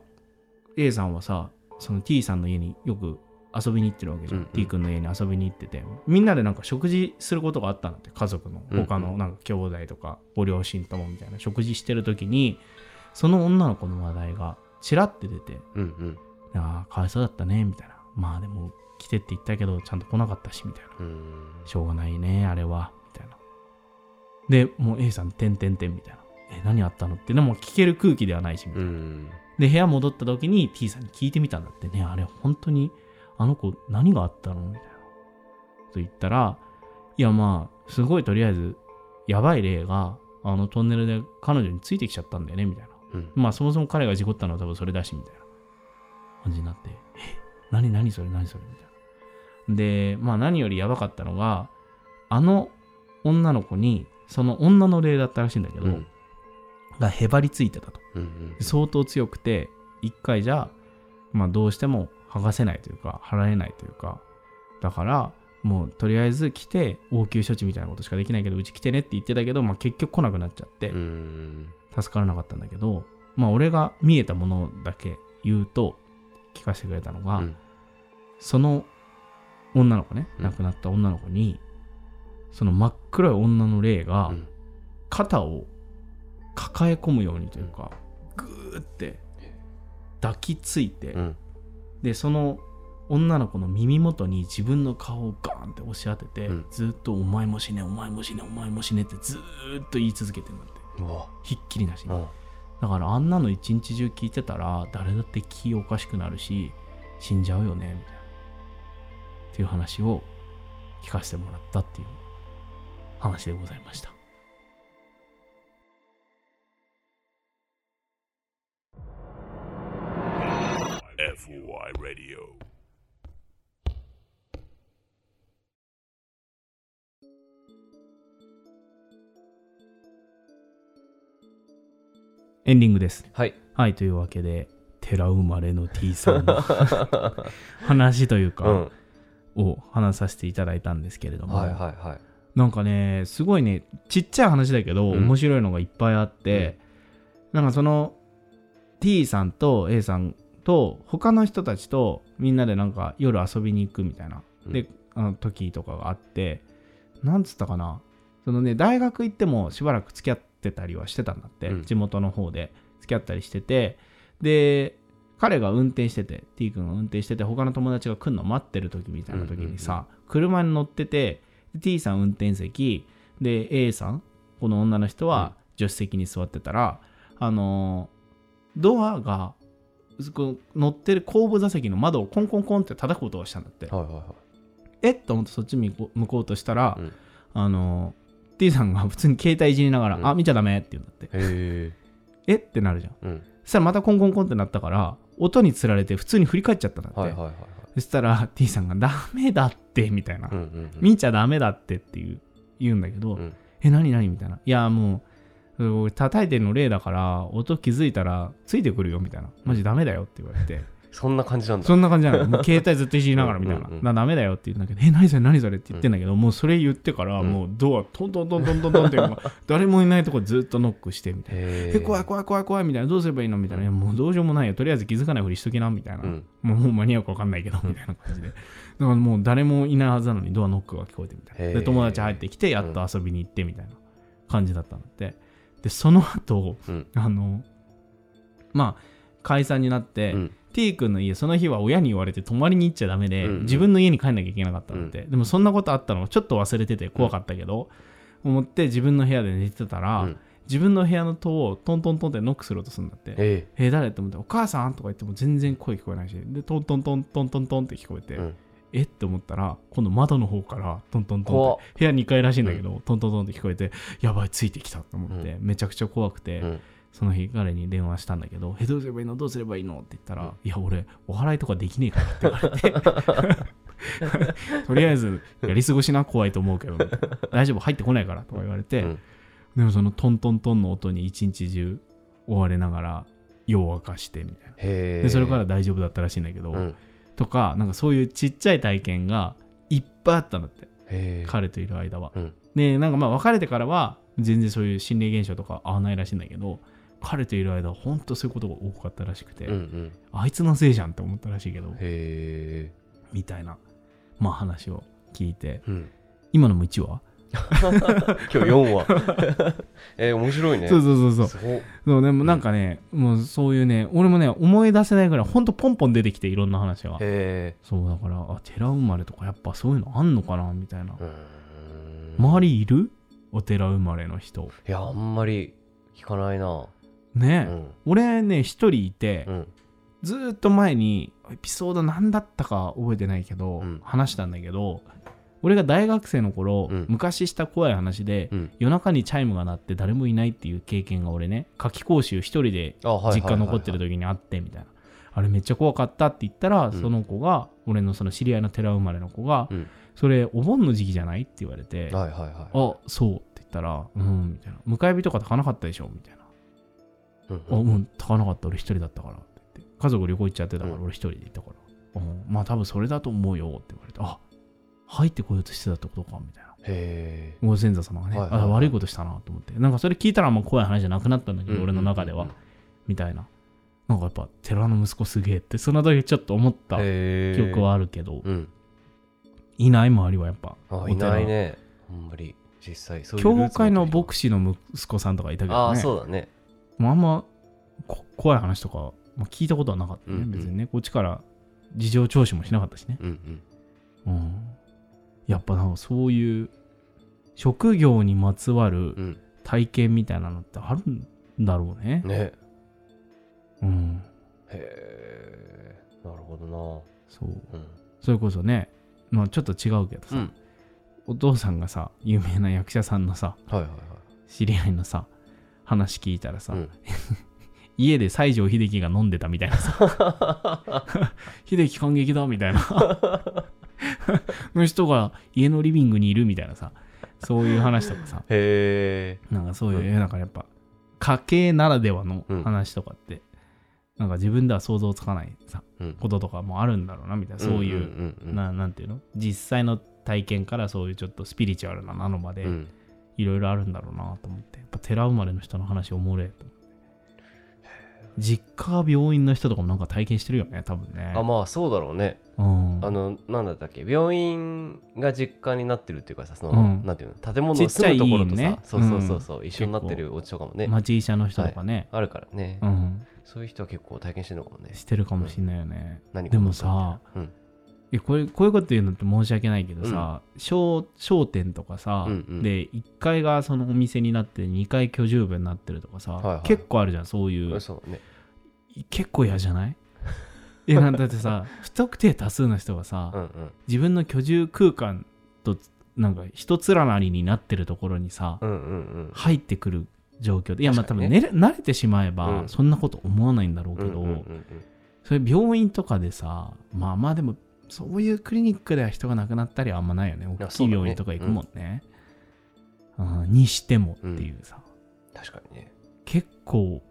S2: A さんはさその T さんの家によく遊びに行ってるわけじゃん、
S3: うんうん
S2: T 君の家に遊びに行っててみんなでなんか食事することがあったんだって家族の
S3: うんうん
S2: 他のなんか兄弟とかご両親ともみたいな食事してる時にその女の子の話題がちらって出て
S3: うん
S2: 「
S3: うん
S2: ああかわいそうだったね」みたいな「まあでも来てって言ったけどちゃんと来なかったし」みたいな
S3: うん
S2: しょうがないね、あれは、みたいな。で、もう A さん、てんてんてんみたいな。え、何あったのって、でも聞ける空気ではないし、みた
S3: う
S2: いなんで、部屋戻った時に T さんに聞いてみたんだってね、あれ、本当に、あの子、何があったのみたいな。と言ったら、いや、まあ、すごい、とりあえず、やばい霊が、あのトンネルで彼女についてきちゃったんだよね、みたいな。
S3: うん
S2: まあそもそも彼が事故ったのは多分それだしみたいな感じになって、え、何何それ何それみたいな。で、まあ何よりやばかったのが、あの女の子に、その女の霊だったらしいんだけど、
S3: うん
S2: がへばりついてたと。
S3: うんうん
S2: 相当強くて、一回じゃ、まあどうしても剥がせないというか、払えないというか、だから、もうとりあえず来て応急処置みたいなことしかできないけどうち来てねって言ってたけど、まあ、結局来なくなっちゃって、
S3: うん
S2: 助からなかったんだけど、まあ、俺が見えたものだけ言うと聞かせてくれたのが、
S3: うん
S2: その女の子ね
S3: うん
S2: 亡くなった女の子に、その真っ黒い女の霊が
S3: うん
S2: 肩を抱え込むようにというか、ぐーって抱きついて、
S3: うん
S2: でその女の子の耳元に自分の顔をガーンって押し当てて、
S3: うん
S2: ずーっと「お前も死ねお前も死ねお前も死ね」ってずーっと言い続けてるんだって
S3: うわ
S2: ひっきりなしに。
S3: うん
S2: だからあんなの一日中聞いてたら誰だって気おかしくなるし死んじゃうよねみたいなっていう話を聞かせてもらったっていう話でございましたエンディングです
S3: はい
S2: はいというわけで寺生まれの T さんの話という
S3: うん
S2: かを話させていただいたんですけれども、
S3: はいはいはい
S2: なんかねすごいねちっちゃい話だけど、
S3: うん
S2: 面白いのがいっぱいあって、なんかその T さんと A さんと他の人たちとみんなでなんか夜遊びに行くみたいな、
S3: うん
S2: であの時とかがあってなんつったかなそのね大学行ってもしばらく付き合ってたりはしてたんだって、
S3: うん
S2: 地元の方で付き合ったりしててで彼が運転してて T 君が運転してて他の友達が来るの待ってる時みたいな時にさ、車に乗っててで T さん運転席で A さんこの女の人は助手席に座ってたら、あのードアがそこ乗ってる後部座席の窓をコンコンコンって叩く音がしたんだって、
S3: はいはいは
S2: えっと思ってそっち向こう向こうとしたら、
S3: うん
S2: あのー T さんが普通に携帯いじりながら「
S3: うん
S2: あ見ちゃダメ」って言うんだって
S3: い。へえ。
S2: 「えっ?」てなるじゃん
S3: うん。
S2: そしたらまたコンコンコンってなったから音につられて普通に振り返っちゃったんだって、
S3: はいはいはいはい。
S2: そしたら T さんが「ダメだって」みたいな、
S3: うんうんうん。
S2: 見ちゃダメだってっていう言うんだけど、
S3: うん
S2: え何何みたいないやもううん俺叩いてるの例だから音気づいたらついてくるよみたいなマジダメだよって言われて
S3: そんな感じなんだ。
S2: そんな感じなのもう携帯ずっといじりながらみたいな
S3: うんうんうん
S2: なダメだよって言うんだけどえ何それ何それって言ってんだけど、もうそれ言ってから、
S3: うん
S2: もうドアトントントントントントンってもう誰もいないとこずっとノックしてみたいな。
S3: へ
S2: え怖い怖い怖い怖いみたいなどうすればいいのみたいないやもうどうしようもないよとりあえず気づかないふりしときなみたいな、
S3: うん。
S2: もうもう間に合うか分かんないけどみたいな感じでだからもう誰もいないはずなのにドアノックが聞こえてみたい
S3: へ
S2: な
S3: ー
S2: で友達入ってきてやっと遊びに行ってみたいな感じだったのででその後
S3: うん。
S2: あのまあ解散になって、
S3: うん
S2: T 君の家その日は親に言われて泊まりに行っちゃダメで、
S3: うんうん
S2: 自分の家に帰んなきゃいけなかったのって、でもそんなことあったのをちょっと忘れてて怖かったけど、思って自分の部屋で寝てたら、
S3: うん
S2: 自分の部屋の戸をトントントンってノックする音するんだって
S3: へ
S2: えー誰と思って、お母さんとか言っても全然声聞こえないし、で、トントントントントントンって聞こえて、
S3: え。うん。
S2: えって思ったら、今度窓の方からトントントン
S3: 怖
S2: っ、
S3: って
S2: 部屋2階らしいんだけど、トントントンって聞こえて、やばい、ついてきたと思って、めちゃくちゃ怖くて、
S3: うん
S2: その日彼に電話したんだけど、え、どうすればいいのどうすればいいのって言ったら、
S3: うん
S2: いや、俺、お祓いとかできねえからって言われて、 とりあえず、やり過ごしな、怖いと思うけど、みたいな大丈夫、入ってこないからとか言われて、
S3: うん
S2: でもそのトントントンの音に一日中追われながら、夜を明かしてみたいな。
S3: へえ。
S2: でそれから大丈夫だったらしいんだけど、
S3: うん。
S2: とかなんかそういうちっちゃい体験がいっぱいあったんだって
S3: へえ。
S2: 彼といる間は、
S3: うん
S2: でなんかまあ別れてからは全然そういう心霊現象とか合わないらしいんだけど彼といる間は本当そういうことが多かったらしくて、
S3: うんうん。
S2: あいつのせいじゃんって思ったらしいけど
S3: へえ。
S2: みたいなまあ話を聞いて
S3: うん。
S2: 今のも1話、
S3: 今日4話。えー、面白いね。
S2: そうそうそうそう
S3: すごっ
S2: そうでもなんかね、もうそういうね俺もね思い出せないぐらい本当ポンポン出てきていろんな話が
S3: へえ。
S2: そうだからあ寺生まれとかやっぱそういうのあんのかなみたいな
S3: うーん
S2: 周りいるお寺生まれの人
S3: いや、あんまり聞かないな。う
S2: ね、
S3: ん。
S2: 俺ね一人いて、
S3: うん。
S2: ずーっと前にエピソード何だったか覚えてないけど、
S3: うん
S2: 話したんだけど俺が大学生の頃、
S3: うん
S2: 昔した怖い話で、
S3: うん。
S2: 夜中にチャイムが鳴って誰もいないっていう経験が俺ね夏期講習一人で
S3: あ、はいはいはいはい。
S2: 実家残ってる時にあってみたいな、あれめっちゃ怖かったって言ったら、
S3: ん
S2: その子が俺のその知り合いの寺生まれの子が、
S3: うん
S2: それお盆の時期じゃないって言われて、
S3: はいはいはい。
S2: あそうって言ったらうんみたいな迎え火とか炊かなかったでしょみたいな、
S3: うん
S2: あうん炊かなかった俺一人だったからって言って家族旅行行っちゃってたから
S3: うん
S2: 俺一人で行ったから、うん、まあ多分それだと思うよって言われてあ入ってこようとしてたってことかみたいな
S3: へ
S2: ご先祖様がね、
S3: はいはいはい
S2: あ悪いことしたなと思ってなんかそれ聞いたらあんま怖い話じゃなくなったんだけど、
S3: え。
S2: 俺の中では、
S3: うんうん
S2: みたいななんかやっぱ寺の息子すげえってその時ちょっと思った
S3: うん。へえ。
S2: 記憶はあるけど、
S3: うん。
S2: いない周りはやっぱ
S3: あ、いないね。あんまり、実際。そういうルーツ持
S2: 教
S3: ってる人
S2: 会の牧師の息子さんとかいたけどね
S3: ああ、そうだね。
S2: まあ、あんまこ怖い話とか、まあ、聞いたことはなかったね、
S3: うんうん
S2: 別にねこっちから事情聴取もしなかったしね、
S3: うんうん。
S2: うん、やっぱなんかそういう職業にまつわる
S3: うん。
S2: 体験みたいなのってあるんだろうね、
S3: ね。
S2: うん、
S3: へえ。なるほど
S2: そう
S3: な。うん。
S2: それこそね、まあ、ちょっと違うけどさ、
S3: うん。
S2: お父さんがさ有名な役者さんのさ
S3: はいはいはい。
S2: 知り合いのさ話聞いたらさ、
S3: うん
S2: 家で西城秀樹が飲んでたみたいなさ秀樹感激だみたいなの人が家のリビングにいるみたいなさそういう話とかさ
S3: へえ。
S2: なんかそういう、
S3: う
S2: なんかやっぱ家系ならではの
S3: うん
S2: 話とかって、なんか自分では想像つかないさ
S3: うん
S2: こととかもあるんだろうなみたいなそういう,、
S3: うんうんうんうん
S2: ななんていうの実際の体験からそういうちょっとスピリチュアルななのまで
S3: うん
S2: いろいろあるんだろうなと思ってやっぱ寺生まれの人の話おもれえと思って実家は病院の人とかもなんか体験してるよね多分ね
S3: あまあそうだろうね
S2: うん
S3: あのなんだったっけ病院が実家になってるっていうかさその、
S2: うん
S3: なんていうの建物
S2: ちっ
S3: の
S2: ちゃ
S3: 住
S2: い
S3: むところとさ、
S2: ね
S3: そうそうそうそう、一緒になって
S2: 結
S3: るお家とかもね、
S2: 町医者の人とかね、
S3: あるからね、
S2: うん
S3: そういう人は結構体験してるのかもね
S2: してるかもしんないよね、
S3: 何か
S2: でもさ
S3: うん
S2: いやこれこういうこと言うのって申し訳ないけどさ、商商店とかさ、
S3: うんうん
S2: で1階がそのお店になって2階居住部になってるとかさ、
S3: はいはい
S2: 結構あるじゃんそういう、
S3: そうね
S2: 結構嫌じゃないいやなんだって さ不特定多数の人がさ、
S3: うんうん
S2: 自分の居住空間となんか一つらなりになってるところにさ、
S3: うんうん
S2: 入ってくる状況でいやまあ多
S3: 確か
S2: 分、
S3: にね
S2: ね、慣れてしまえば、
S3: うん
S2: そんなこと思わないんだろう
S3: う
S2: け
S3: ん
S2: ど、
S3: うんうんうん
S2: それ病院とかでさまあまあでもそういうクリニックでは人が亡くなったりはあんまないよね大
S3: や
S2: きい病院とか
S3: そう
S2: 行
S3: だね
S2: くもんねうんにしてもっていうさ、
S3: 確かにね、
S2: 結構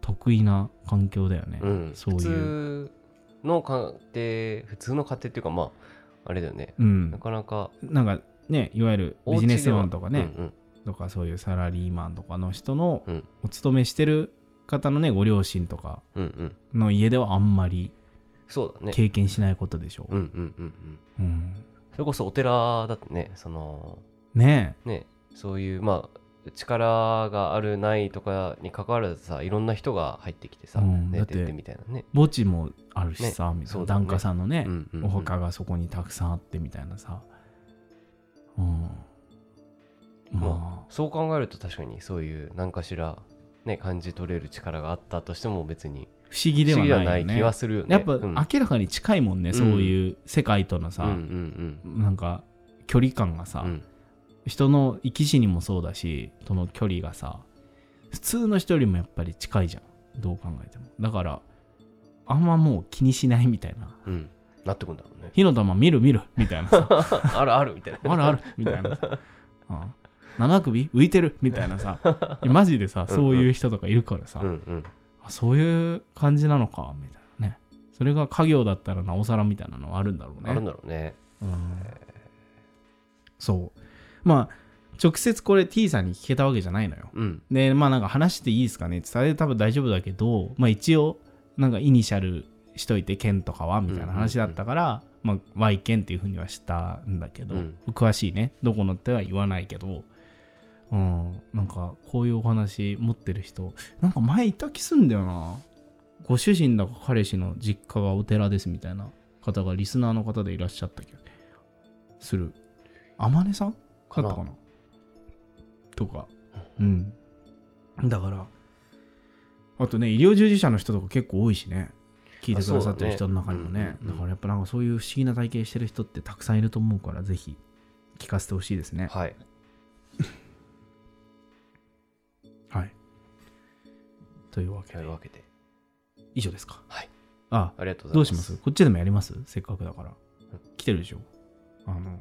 S2: 得意な環境だよね、
S3: うん、
S2: そう
S3: 普
S2: いう、
S3: 通の家庭普通の家庭っていうかまああれだよね、
S2: う、
S3: なんかなか
S2: なんかねいわゆるビジネスマンとかね、
S3: うん
S2: とかそういうサラリーマンとかの人の
S3: うん
S2: お勤めしてる方のねご両親とか
S3: うんうんうん
S2: の家ではあんまり
S3: そうだね
S2: 経験しないことでしょ
S3: うんうんうん
S2: う、う
S3: うん
S2: ん
S3: それこそお寺だってねその
S2: ね
S3: ねそういうまあ力があるないとかに関わらずさいろんな人が入ってきてさ、
S2: うん
S3: ね
S2: だって
S3: 出てみたいなね、
S2: え墓地もあるしさ、みたい
S3: そ
S2: な
S3: うだね
S2: 檀家さんのね、
S3: うんうんうん
S2: お墓がそこにたくさんあってみたいなさうんま
S3: まそう考えると確かにそういう何かしらね感じ取れる力があったとしても別に
S2: あ不思議
S3: 不
S2: で
S3: 思議で
S2: は
S3: は
S2: な
S3: ないい
S2: よね
S3: 気はするよね。
S2: やっぱ
S3: うん
S2: 明らかに近いもんね、
S3: ん
S2: そういう世界とのさ、
S3: うんうん
S2: なんか距離感がさ、
S3: うんうん
S2: 人の生き死にもそうだしとの距離がさ普通の人よりもやっぱり近いじゃんどう考えてもだからあんまもう気にしないみたいな。
S3: うんなってくんだろうね
S2: 火の玉見る見るみたいなさ
S3: あるあるみたい な。
S2: あるあるみたいな さ、うん七首浮いてるみたいなさいやマジでさ
S3: うん
S2: そういう人とかいるからさ、
S3: うんうん
S2: あそういう感じなのかみたいなねそれが家業だったらなおさらみたいなのはあるんだろうね
S3: あるんだろうね。
S2: うんそうまあ直接これ T さんに聞けたわけじゃないのよ
S3: うん
S2: でまあなんか話していいですかねって言ったら多分大丈夫だけどまあ一応なんかイニシャルしといて県とかはみたいな話だったから、まあ Y 県っていうふうにはしたんだけど、
S3: うん
S2: 詳しいねどこのっては言わないけどうんなんかこういうお話持ってる人なんか前いた気すんだよなご主人だか彼氏の実家がお寺ですみたいな方がリスナーの方でいらっしゃった気がする天音さんだったかなとかうんだからあとね医療従事者の人とか結構多いしね聞いてくださってる人の中にもねだ
S3: あそうだねうんうんうん
S2: からやっぱなんかそういう不思議な体験してる人ってたくさんいると思うからぜひ聞かせてほしいですね
S3: はい。
S2: はいというわけ
S3: とい
S2: で
S3: うわけで
S2: 以上ですか
S3: はい
S2: あ
S3: ありがとう
S2: ど
S3: ご
S2: う
S3: ざ
S2: し
S3: いま。
S2: ますすこっちでもやりますせっかくだから
S3: うん
S2: 来てるでしょあの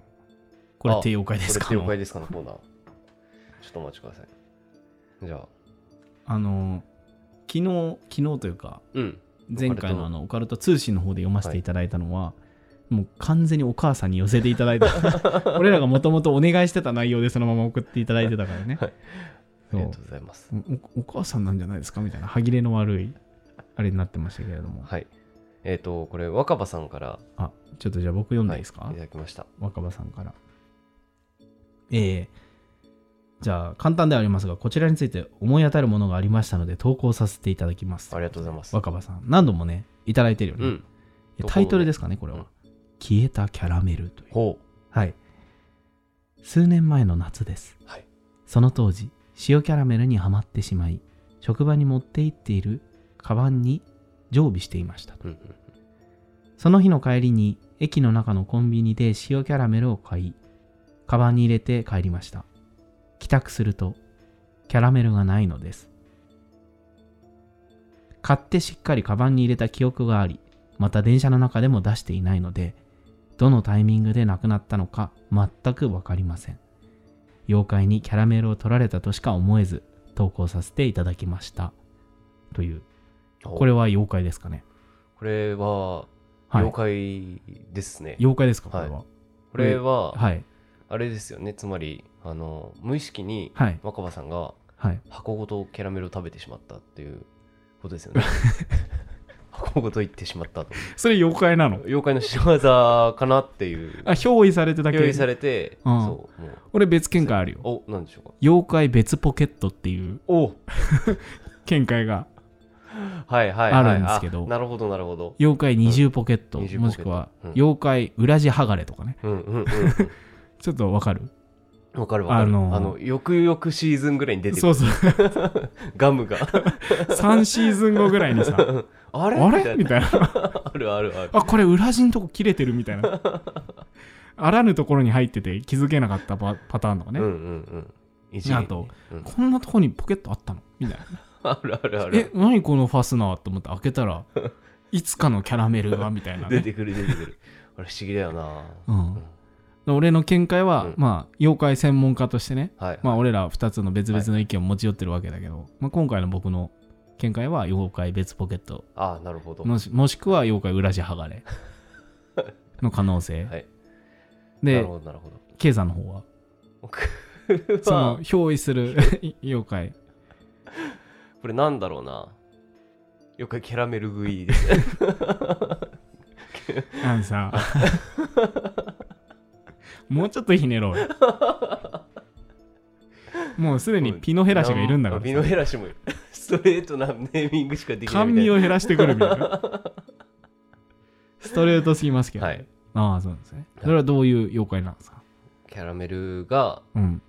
S2: これ
S3: あ
S2: って妖怪です
S3: こ
S2: か
S3: れ了解ですかのコーナー。ちょっとお待ちください。じゃあ
S2: あの昨日昨日というか
S3: うん
S2: 前回のあのオカルト通信の方で読ませていただいたのは、もう完全にお母さんに寄せていただい た俺らがもともとお願いしてた内容でそのまま送っていただいてたからね、
S3: はいあ
S2: そ
S3: り
S2: う
S3: がとうございます。
S2: おお母さんなんじゃないですかみたいな歯切れの悪いあれになってましたけれども
S3: はい。えっとこれ若葉さんから
S2: あちょっとじゃあ僕読んでい
S3: はい
S2: で
S3: いい
S2: すか、
S3: ただきました。
S2: 若葉さんから。えーじゃあ簡単ではありますがこちらについて思い当たるものがありましたので投稿させていただきます
S3: ありがとうございます。
S2: 若葉さん何度もねいただいてるよね、
S3: うん。
S2: えタイトルですかねこれは、
S3: うん
S2: 消えたキャラメルという
S3: ほ
S2: はい数年前の夏です、
S3: はい
S2: その当時塩キャラメルにはまってしまい職場に持って行っているカバンに常備していましたと
S3: う。うん
S2: その日の帰りに駅の中のコンビニで塩キャラメルを買い、カバンに入れて帰りました。帰宅すると、キャラメルがないのです。買ってしっかりカバンに入れた記憶があり、また電車の中でも出していないので、どのタイミングでなくなったのか全くわかりません。妖怪にキャラメルを取られたとしか思えず、投稿させていただきました。という、
S3: ほう
S2: これは妖怪ですかね。
S3: これは
S2: はい
S3: 妖怪ですね。
S2: 妖怪ですかこ
S3: は
S2: れ
S3: い
S2: は。
S3: これは、
S2: はい。
S3: あれですよね。つまり、あの、無意識に
S2: はい。
S3: 若葉さんが
S2: はい。
S3: 箱ごとキャラメルを食べてしまったっていうこと ですよね。箱ごと行ってしまったと。
S2: それ妖怪なの
S3: 妖怪の仕業かなっていう。
S2: あ、憑依されてだけ。
S3: 用意されて、
S2: うん
S3: そう、もう。
S2: 俺別見解あるよ。
S3: お、なんでしょうか。
S2: 妖怪別ポケットっていう
S3: お
S2: 見解が、
S3: はいはいはい。
S2: あるんですけど
S3: あなるほどなるほど。
S2: 妖怪二重ポケット、
S3: うん二重ポ
S2: も
S3: ケッ
S2: し
S3: ト
S2: くは
S3: うん
S2: 妖怪裏地剥がれとかね。
S3: うんうんうん
S2: ちょっとわかる
S3: うん。わかるわかる。
S2: あ
S3: あ
S2: の
S3: の
S2: ー
S3: 翌々シーズンぐらいに出てく
S2: そう
S3: る。
S2: そう。
S3: ガ ムが。
S2: 3シーズン後ぐらいにさ、
S3: あれ
S2: あれみ
S3: みたい
S2: たいな。
S3: な。あるあるある。
S2: あ、これ裏地のとこ切れてるみたいな。あらぬところに入ってて気づけなかったパパターンとか
S3: うん
S2: ね。
S3: うんうん。一元に
S2: あと
S3: うん
S2: こんなとこにポケットあったのみたいな。
S3: あるあるあ
S2: え
S3: る。
S2: 何このファスナーと思って開けた らいつかのキャラメルがみたいな、
S3: 出
S2: ね
S3: てくる出てくる。あれ不思議だよな。
S2: うん
S3: うん
S2: 俺の見解は、
S3: うん
S2: まあ妖怪専門家としてね
S3: はい。
S2: まあ俺ら2つの別々の意見を持ち寄ってるわけだけど、まあ、今回の僕の見解は妖怪別ポケット
S3: あなるほど。
S2: もしもしくは妖怪裏地剥 がれの可能性、
S3: はいなる
S2: で
S3: ほどなるほど。
S2: ケイさんの方は
S3: 僕
S2: その
S3: は、
S2: 憑依す る妖怪
S3: これなんだろうな。よくキャラメル食いです。
S2: あのさ もうちょっとひねろ うよもうすでにピノヘラシがいるんだからさ
S3: ピノヘラシもいる。 ストレートなネーミングしかできない
S2: 甘
S3: みた
S2: 味
S3: いな。
S2: を減らしてくるみたい なストレートすぎますけど、
S3: はい。
S2: ああそうなんですねそれはどういう妖怪なんですか
S3: キャラメルが
S2: うん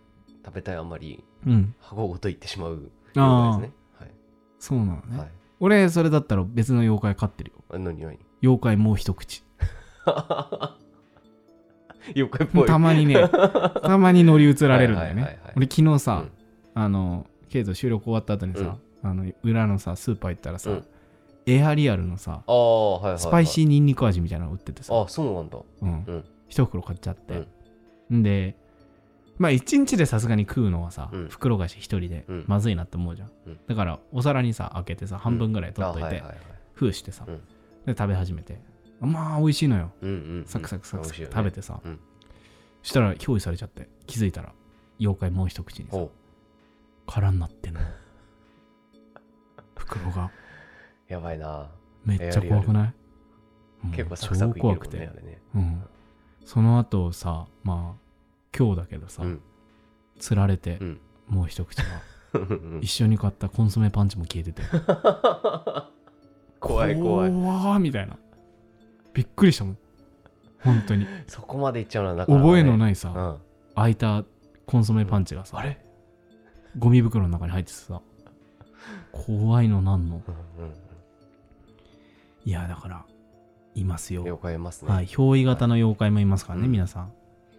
S3: 食べたいあまり
S2: うん
S3: 箱ごといってしまう
S2: ああ、
S3: 妖怪ですね。
S2: そうなの
S3: はい。
S2: ね、
S3: はい。
S2: 俺それだったら別の妖怪飼ってるよ
S3: あ何何
S2: 妖怪もう一口
S3: 妖怪っぽい。
S2: たまに ねたまに乗り移られるんだよ
S3: はいはい
S2: ね
S3: はいはい
S2: 俺昨日
S3: う
S2: さ
S3: ん、
S2: あのケイト収録終わった後にさ、あの裏のさスーパー行ったらさ、
S3: うん
S2: エアリアルのさ
S3: ああ、はいはい、はい。
S2: スパイシーニンニク味みたいなの売っててさ、
S3: ああ、そうなんだ。
S2: うん
S3: うん
S2: 一袋買っちゃって、ん、でまあ一日でさすがに食うのはさ、
S3: うん
S2: 袋菓子一人で
S3: うん
S2: まずいなって思うじゃん、
S3: うん
S2: だからお皿にさ開けてさ半分ぐらい取っといて、
S3: あはいはいはい。
S2: 封してさ、
S3: うん
S2: で食べ始めてまあ美味しいのよ
S3: うんうん、うん。
S2: サクサクサクサク
S3: 美味しいよね
S2: 食べてさ、
S3: うん
S2: したら憑依されちゃって気づいたら妖怪もう一口にさ
S3: ほ
S2: 空になってんの 袋が
S3: う。やばいな。
S2: めっちゃ怖くない
S3: 結構サクサ
S2: 超
S3: クいけ
S2: 怖
S3: るも
S2: く
S3: ん
S2: て
S3: ね、あれね。
S2: うん、その後さまあ今日だけどさ、
S3: うん
S2: 釣られて、
S3: うん
S2: もう一口が
S3: うん
S2: 一緒に買ったコンソメパンチも消えてて
S3: 怖い怖
S2: 怖
S3: い。
S2: ーみたいなびっくりしたもん本当 に
S3: そこまでいっちゃうのはなかなか、ね、
S2: 覚えのない
S3: うん。
S2: さ
S3: あ
S2: 開いたコンソメパンチがさ、
S3: れ
S2: ゴミ袋の中に入っててさ怖いのなんの
S3: うんうん
S2: いやだからいます
S3: うん。
S2: よ
S3: よくやりますね。
S2: はい憑依型の妖怪もいますからね、
S3: うん
S2: 皆さん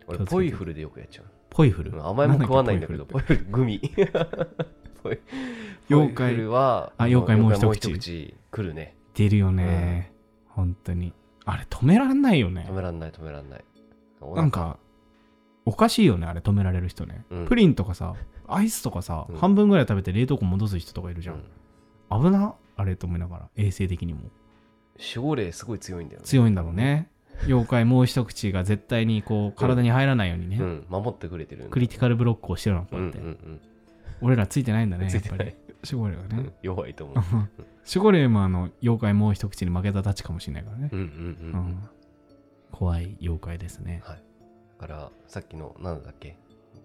S3: 俺
S2: 気をつけて
S3: ポイフルでよくやっちゃう。
S2: ポイフル、
S3: うん甘いもん食わないんだけど、
S2: ポ
S3: ポイフル、グミ。ポイ
S2: 妖怪
S3: ポイフルは、
S2: あ妖怪もう一口
S3: 妖怪来るね。
S2: 出るよね、本当にあれ止められないよね
S3: 止めらんない、止めらんない。お腹
S2: なん、かおかしいよねあれ止められる人ね、
S3: うん
S2: プリンとかさアイスとかさ、
S3: うん
S2: 半分ぐらい食べて冷凍庫戻す人とかいるじ
S3: う
S2: ゃん
S3: ん、
S2: 危なあれと思いながら衛生的にも
S3: 守護霊すごい強いんだよね。
S2: 強いんだろうね妖怪もう一口が絶対にこう体に入らないようにね、
S3: うん、守ってくれてるんだ
S2: クリティカルブロックをしてるのこ
S3: う
S2: うん
S3: う
S2: や
S3: ん
S2: って、
S3: うん
S2: 俺らついてないんだね
S3: つ
S2: や
S3: い
S2: ってぱ
S3: な
S2: り
S3: い
S2: 守護霊が
S3: う
S2: ね
S3: ん 弱いと思う。
S2: 守護霊もあの妖怪もう一口に負けたたちかもしれないからね
S3: う、んうんう。
S2: うんん怖い妖怪ですね
S3: だから、さっきの、なんだっけ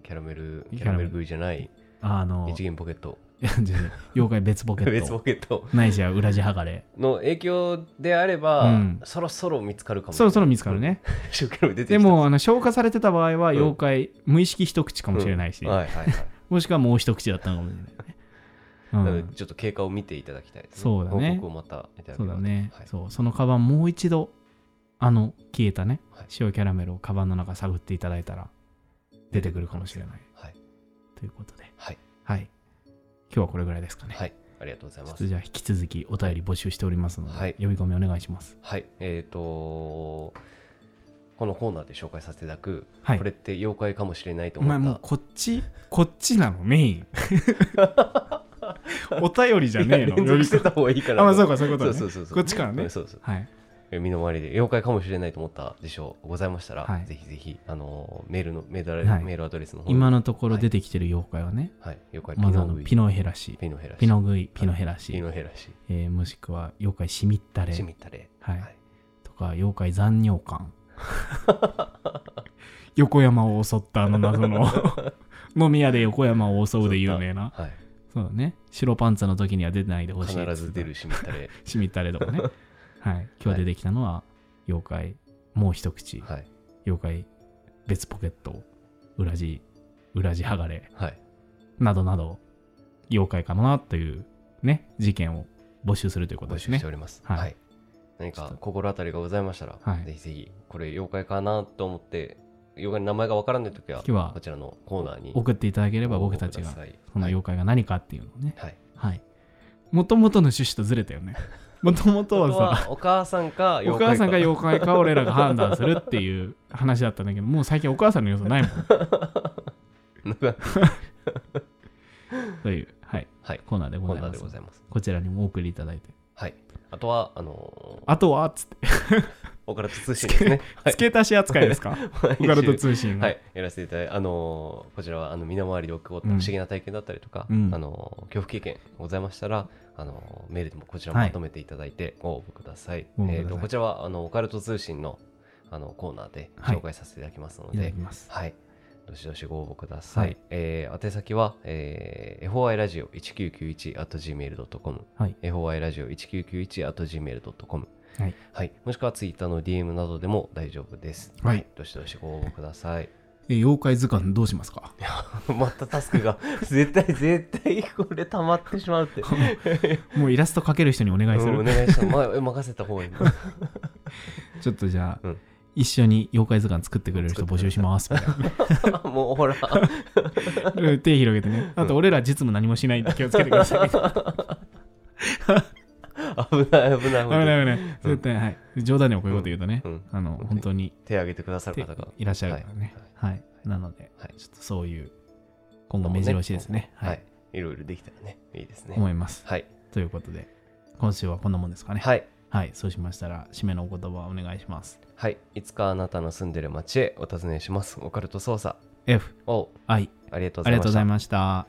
S3: キャラメル、
S2: キ
S3: キ
S2: ャ
S3: ャ
S2: ラ
S3: ラ
S2: メ
S3: メ
S2: ル
S3: ル食いじゃない、
S2: あの
S3: 一元ポケット、
S2: いや違う 妖怪別ポケッ
S3: 別ポ
S2: ト
S3: ケット
S2: ないしは裏地剥がれ
S3: の影響であれば、
S2: うん
S3: そろそろ見つかるかも。
S2: そろそろ見つかるね。
S3: うん。一生懸命出てきた
S2: でも、あの消化されてた場合は、
S3: うん
S2: 妖怪、無意識一口かもしれないし、
S3: はいはいはい。
S2: もしくはもう一口だったのかもしれないね。う
S3: なの
S2: ん
S3: で、ちょっと経過を見ていただきたいです、
S2: そうだね
S3: 報告をまたいただ
S2: そ
S3: ければと
S2: うだね、
S3: はい
S2: そう。そのカバン、もう一度、あの、消えたね、
S3: はい
S2: 塩キャラメルをカバンの中探っていただいたら、出てくるかもしれない。
S3: はい。
S2: ということで、
S3: はい。
S2: はい。今日はこれぐらいですかね。
S3: はい。ありがとうござい
S2: ちょ
S3: ま
S2: っと
S3: す。
S2: じゃあ、引き続きお便り募集しておりますので、
S3: はい
S2: 呼び込みお願いします。
S3: はい。えっ、とこのコーナーで紹介させていただく、
S2: はい
S3: これって妖怪かもしれないと
S2: お
S3: 思
S2: 前
S3: った。
S2: もうこっち、こっちなの、メイ ン。お便りじゃねえの、
S3: いや連
S2: 呼び
S3: 続して
S2: 込
S3: た方がいいか
S2: み
S3: ら。
S2: あ、まあそうか、そういうこと
S3: そ
S2: ね。
S3: うそうそうそう。
S2: こっちからね
S3: うんそうそう。
S2: はい。
S3: え身の回りで妖怪かもしれないと思った事象ございましたら、
S2: はい
S3: ぜひぜひ、あのーメールのメールアドレ
S2: はい
S3: メールアドレスの方に
S2: 今のところ出てきてる妖怪はね、
S3: はい、妖怪
S2: まずあのピノヘラシ、
S3: ピノヘラシ
S2: ピノグイ、ピノヘラ
S3: ピ
S2: シ、
S3: ノヘラシ
S2: えーもしくは妖怪シミッタレ
S3: シミタレ
S2: はい、とか妖怪残尿感 横山を襲ったあの謎 の飲み屋で横山を襲うで有名な
S3: はい、
S2: そうだね白パンツの時には出てないでほしいっつってた
S3: 必ず出るシミタレ
S2: しみったれとか ねはい今日出てきたのは妖怪もう一口、
S3: はい
S2: 妖怪別ポケット裏地裏地剥がれ
S3: はい
S2: などなど妖怪かもなというね事件を募集するということ
S3: 募
S2: です
S3: 集し
S2: ね
S3: ております、
S2: はい
S3: はい何
S2: ちょっ
S3: か
S2: と
S3: 心当たりがございましたら、
S2: はい
S3: ぜひぜひこれ妖怪かなと思って妖怪の名前がわからない時は
S2: 時は
S3: こちらのコーナーに
S2: 送っていただければ
S3: ご応募
S2: 僕たちが
S3: ください
S2: その
S3: はい
S2: 妖怪が何かっていうのをね
S3: はい
S2: はいもともとの趣旨とずれたよね もともと
S3: あ
S2: は
S3: と
S2: さ
S3: はお母さん
S2: お
S3: か妖怪
S2: 母さんが妖怪か俺らが判断するっていう話だったんだけどもう最近お母さんの要素ないもん
S3: 怪
S2: という、はい、
S3: はい
S2: コーナーでご
S3: コ
S2: ざい
S3: ーナー
S2: ま
S3: ですございます
S2: こちらにもお送りいただいて
S3: はいあとはあのー
S2: あとはつって、
S3: オカルト通信ですねはい
S2: 付け足し扱いです かオカルト通信の、
S3: はい、やらせていただいて、あのーこちらはあの身の回りで起こった不
S2: うん
S3: 思議な体験だったりとか、
S2: うん
S3: あのー恐怖経験ございましたら、あのーメールでもこちらも
S2: はい
S3: まとめていただいてご応募ください。
S2: ご応募くだ
S3: え
S2: さい
S3: ーとこちらはあのオカルト通信のあのコーナーで
S2: はい
S3: 紹介させていただきますの
S2: いた
S3: で、は
S2: だ
S3: い
S2: き、ます
S3: どしどしご応募ください。
S2: はい
S3: えー宛先は、えー、foi ラジオ1991 at gmail.com
S2: はい
S3: foi ラジオ1991 at gmail.com
S2: はい、
S3: はい、もしくはツイッターの DM などでも大丈夫です。
S2: はい、
S3: どしどしご応募ください。
S2: え妖怪図鑑どうしますか
S3: またタスクが 絶対絶対これ溜まってしまう って
S2: もうイラスト描ける人にお願いす
S3: うんお
S2: る、
S3: 願いした、ま、任せた方が いい
S2: ちょっとじゃあ、
S3: うん
S2: 一緒に妖怪図鑑作ってくれる人募集しますみたい
S3: もうほら
S2: な手広げてねあと俺ら実務何もしないんで気をつけてください危
S3: 危ない危ない危ない
S2: ない危ない絶対、はい冗談でもこういうこと言うとね、
S3: うんうん
S2: あの
S3: 当に
S2: 本当に
S3: 手挙げてくださる
S2: 手
S3: 方が
S2: いらっしゃるからねはい、なので、
S3: はい
S2: ちょっとそういう今後目白押しですね
S3: はい、
S2: はい、
S3: はいいろいろできたらねいいですね
S2: 思います
S3: はい
S2: ということで今週はこんなもんですかね
S3: はい
S2: はい、そうしましたら、締めのお言葉をお願いします。
S3: はいいつかあなたの住んでる町へお尋ねしますオカルト捜査
S2: F、
S3: おう
S2: I、
S3: ありがとう
S2: あり
S3: ござ
S2: がと
S3: い
S2: う
S3: ま
S2: ご
S3: し
S2: ざ
S3: た
S2: いました。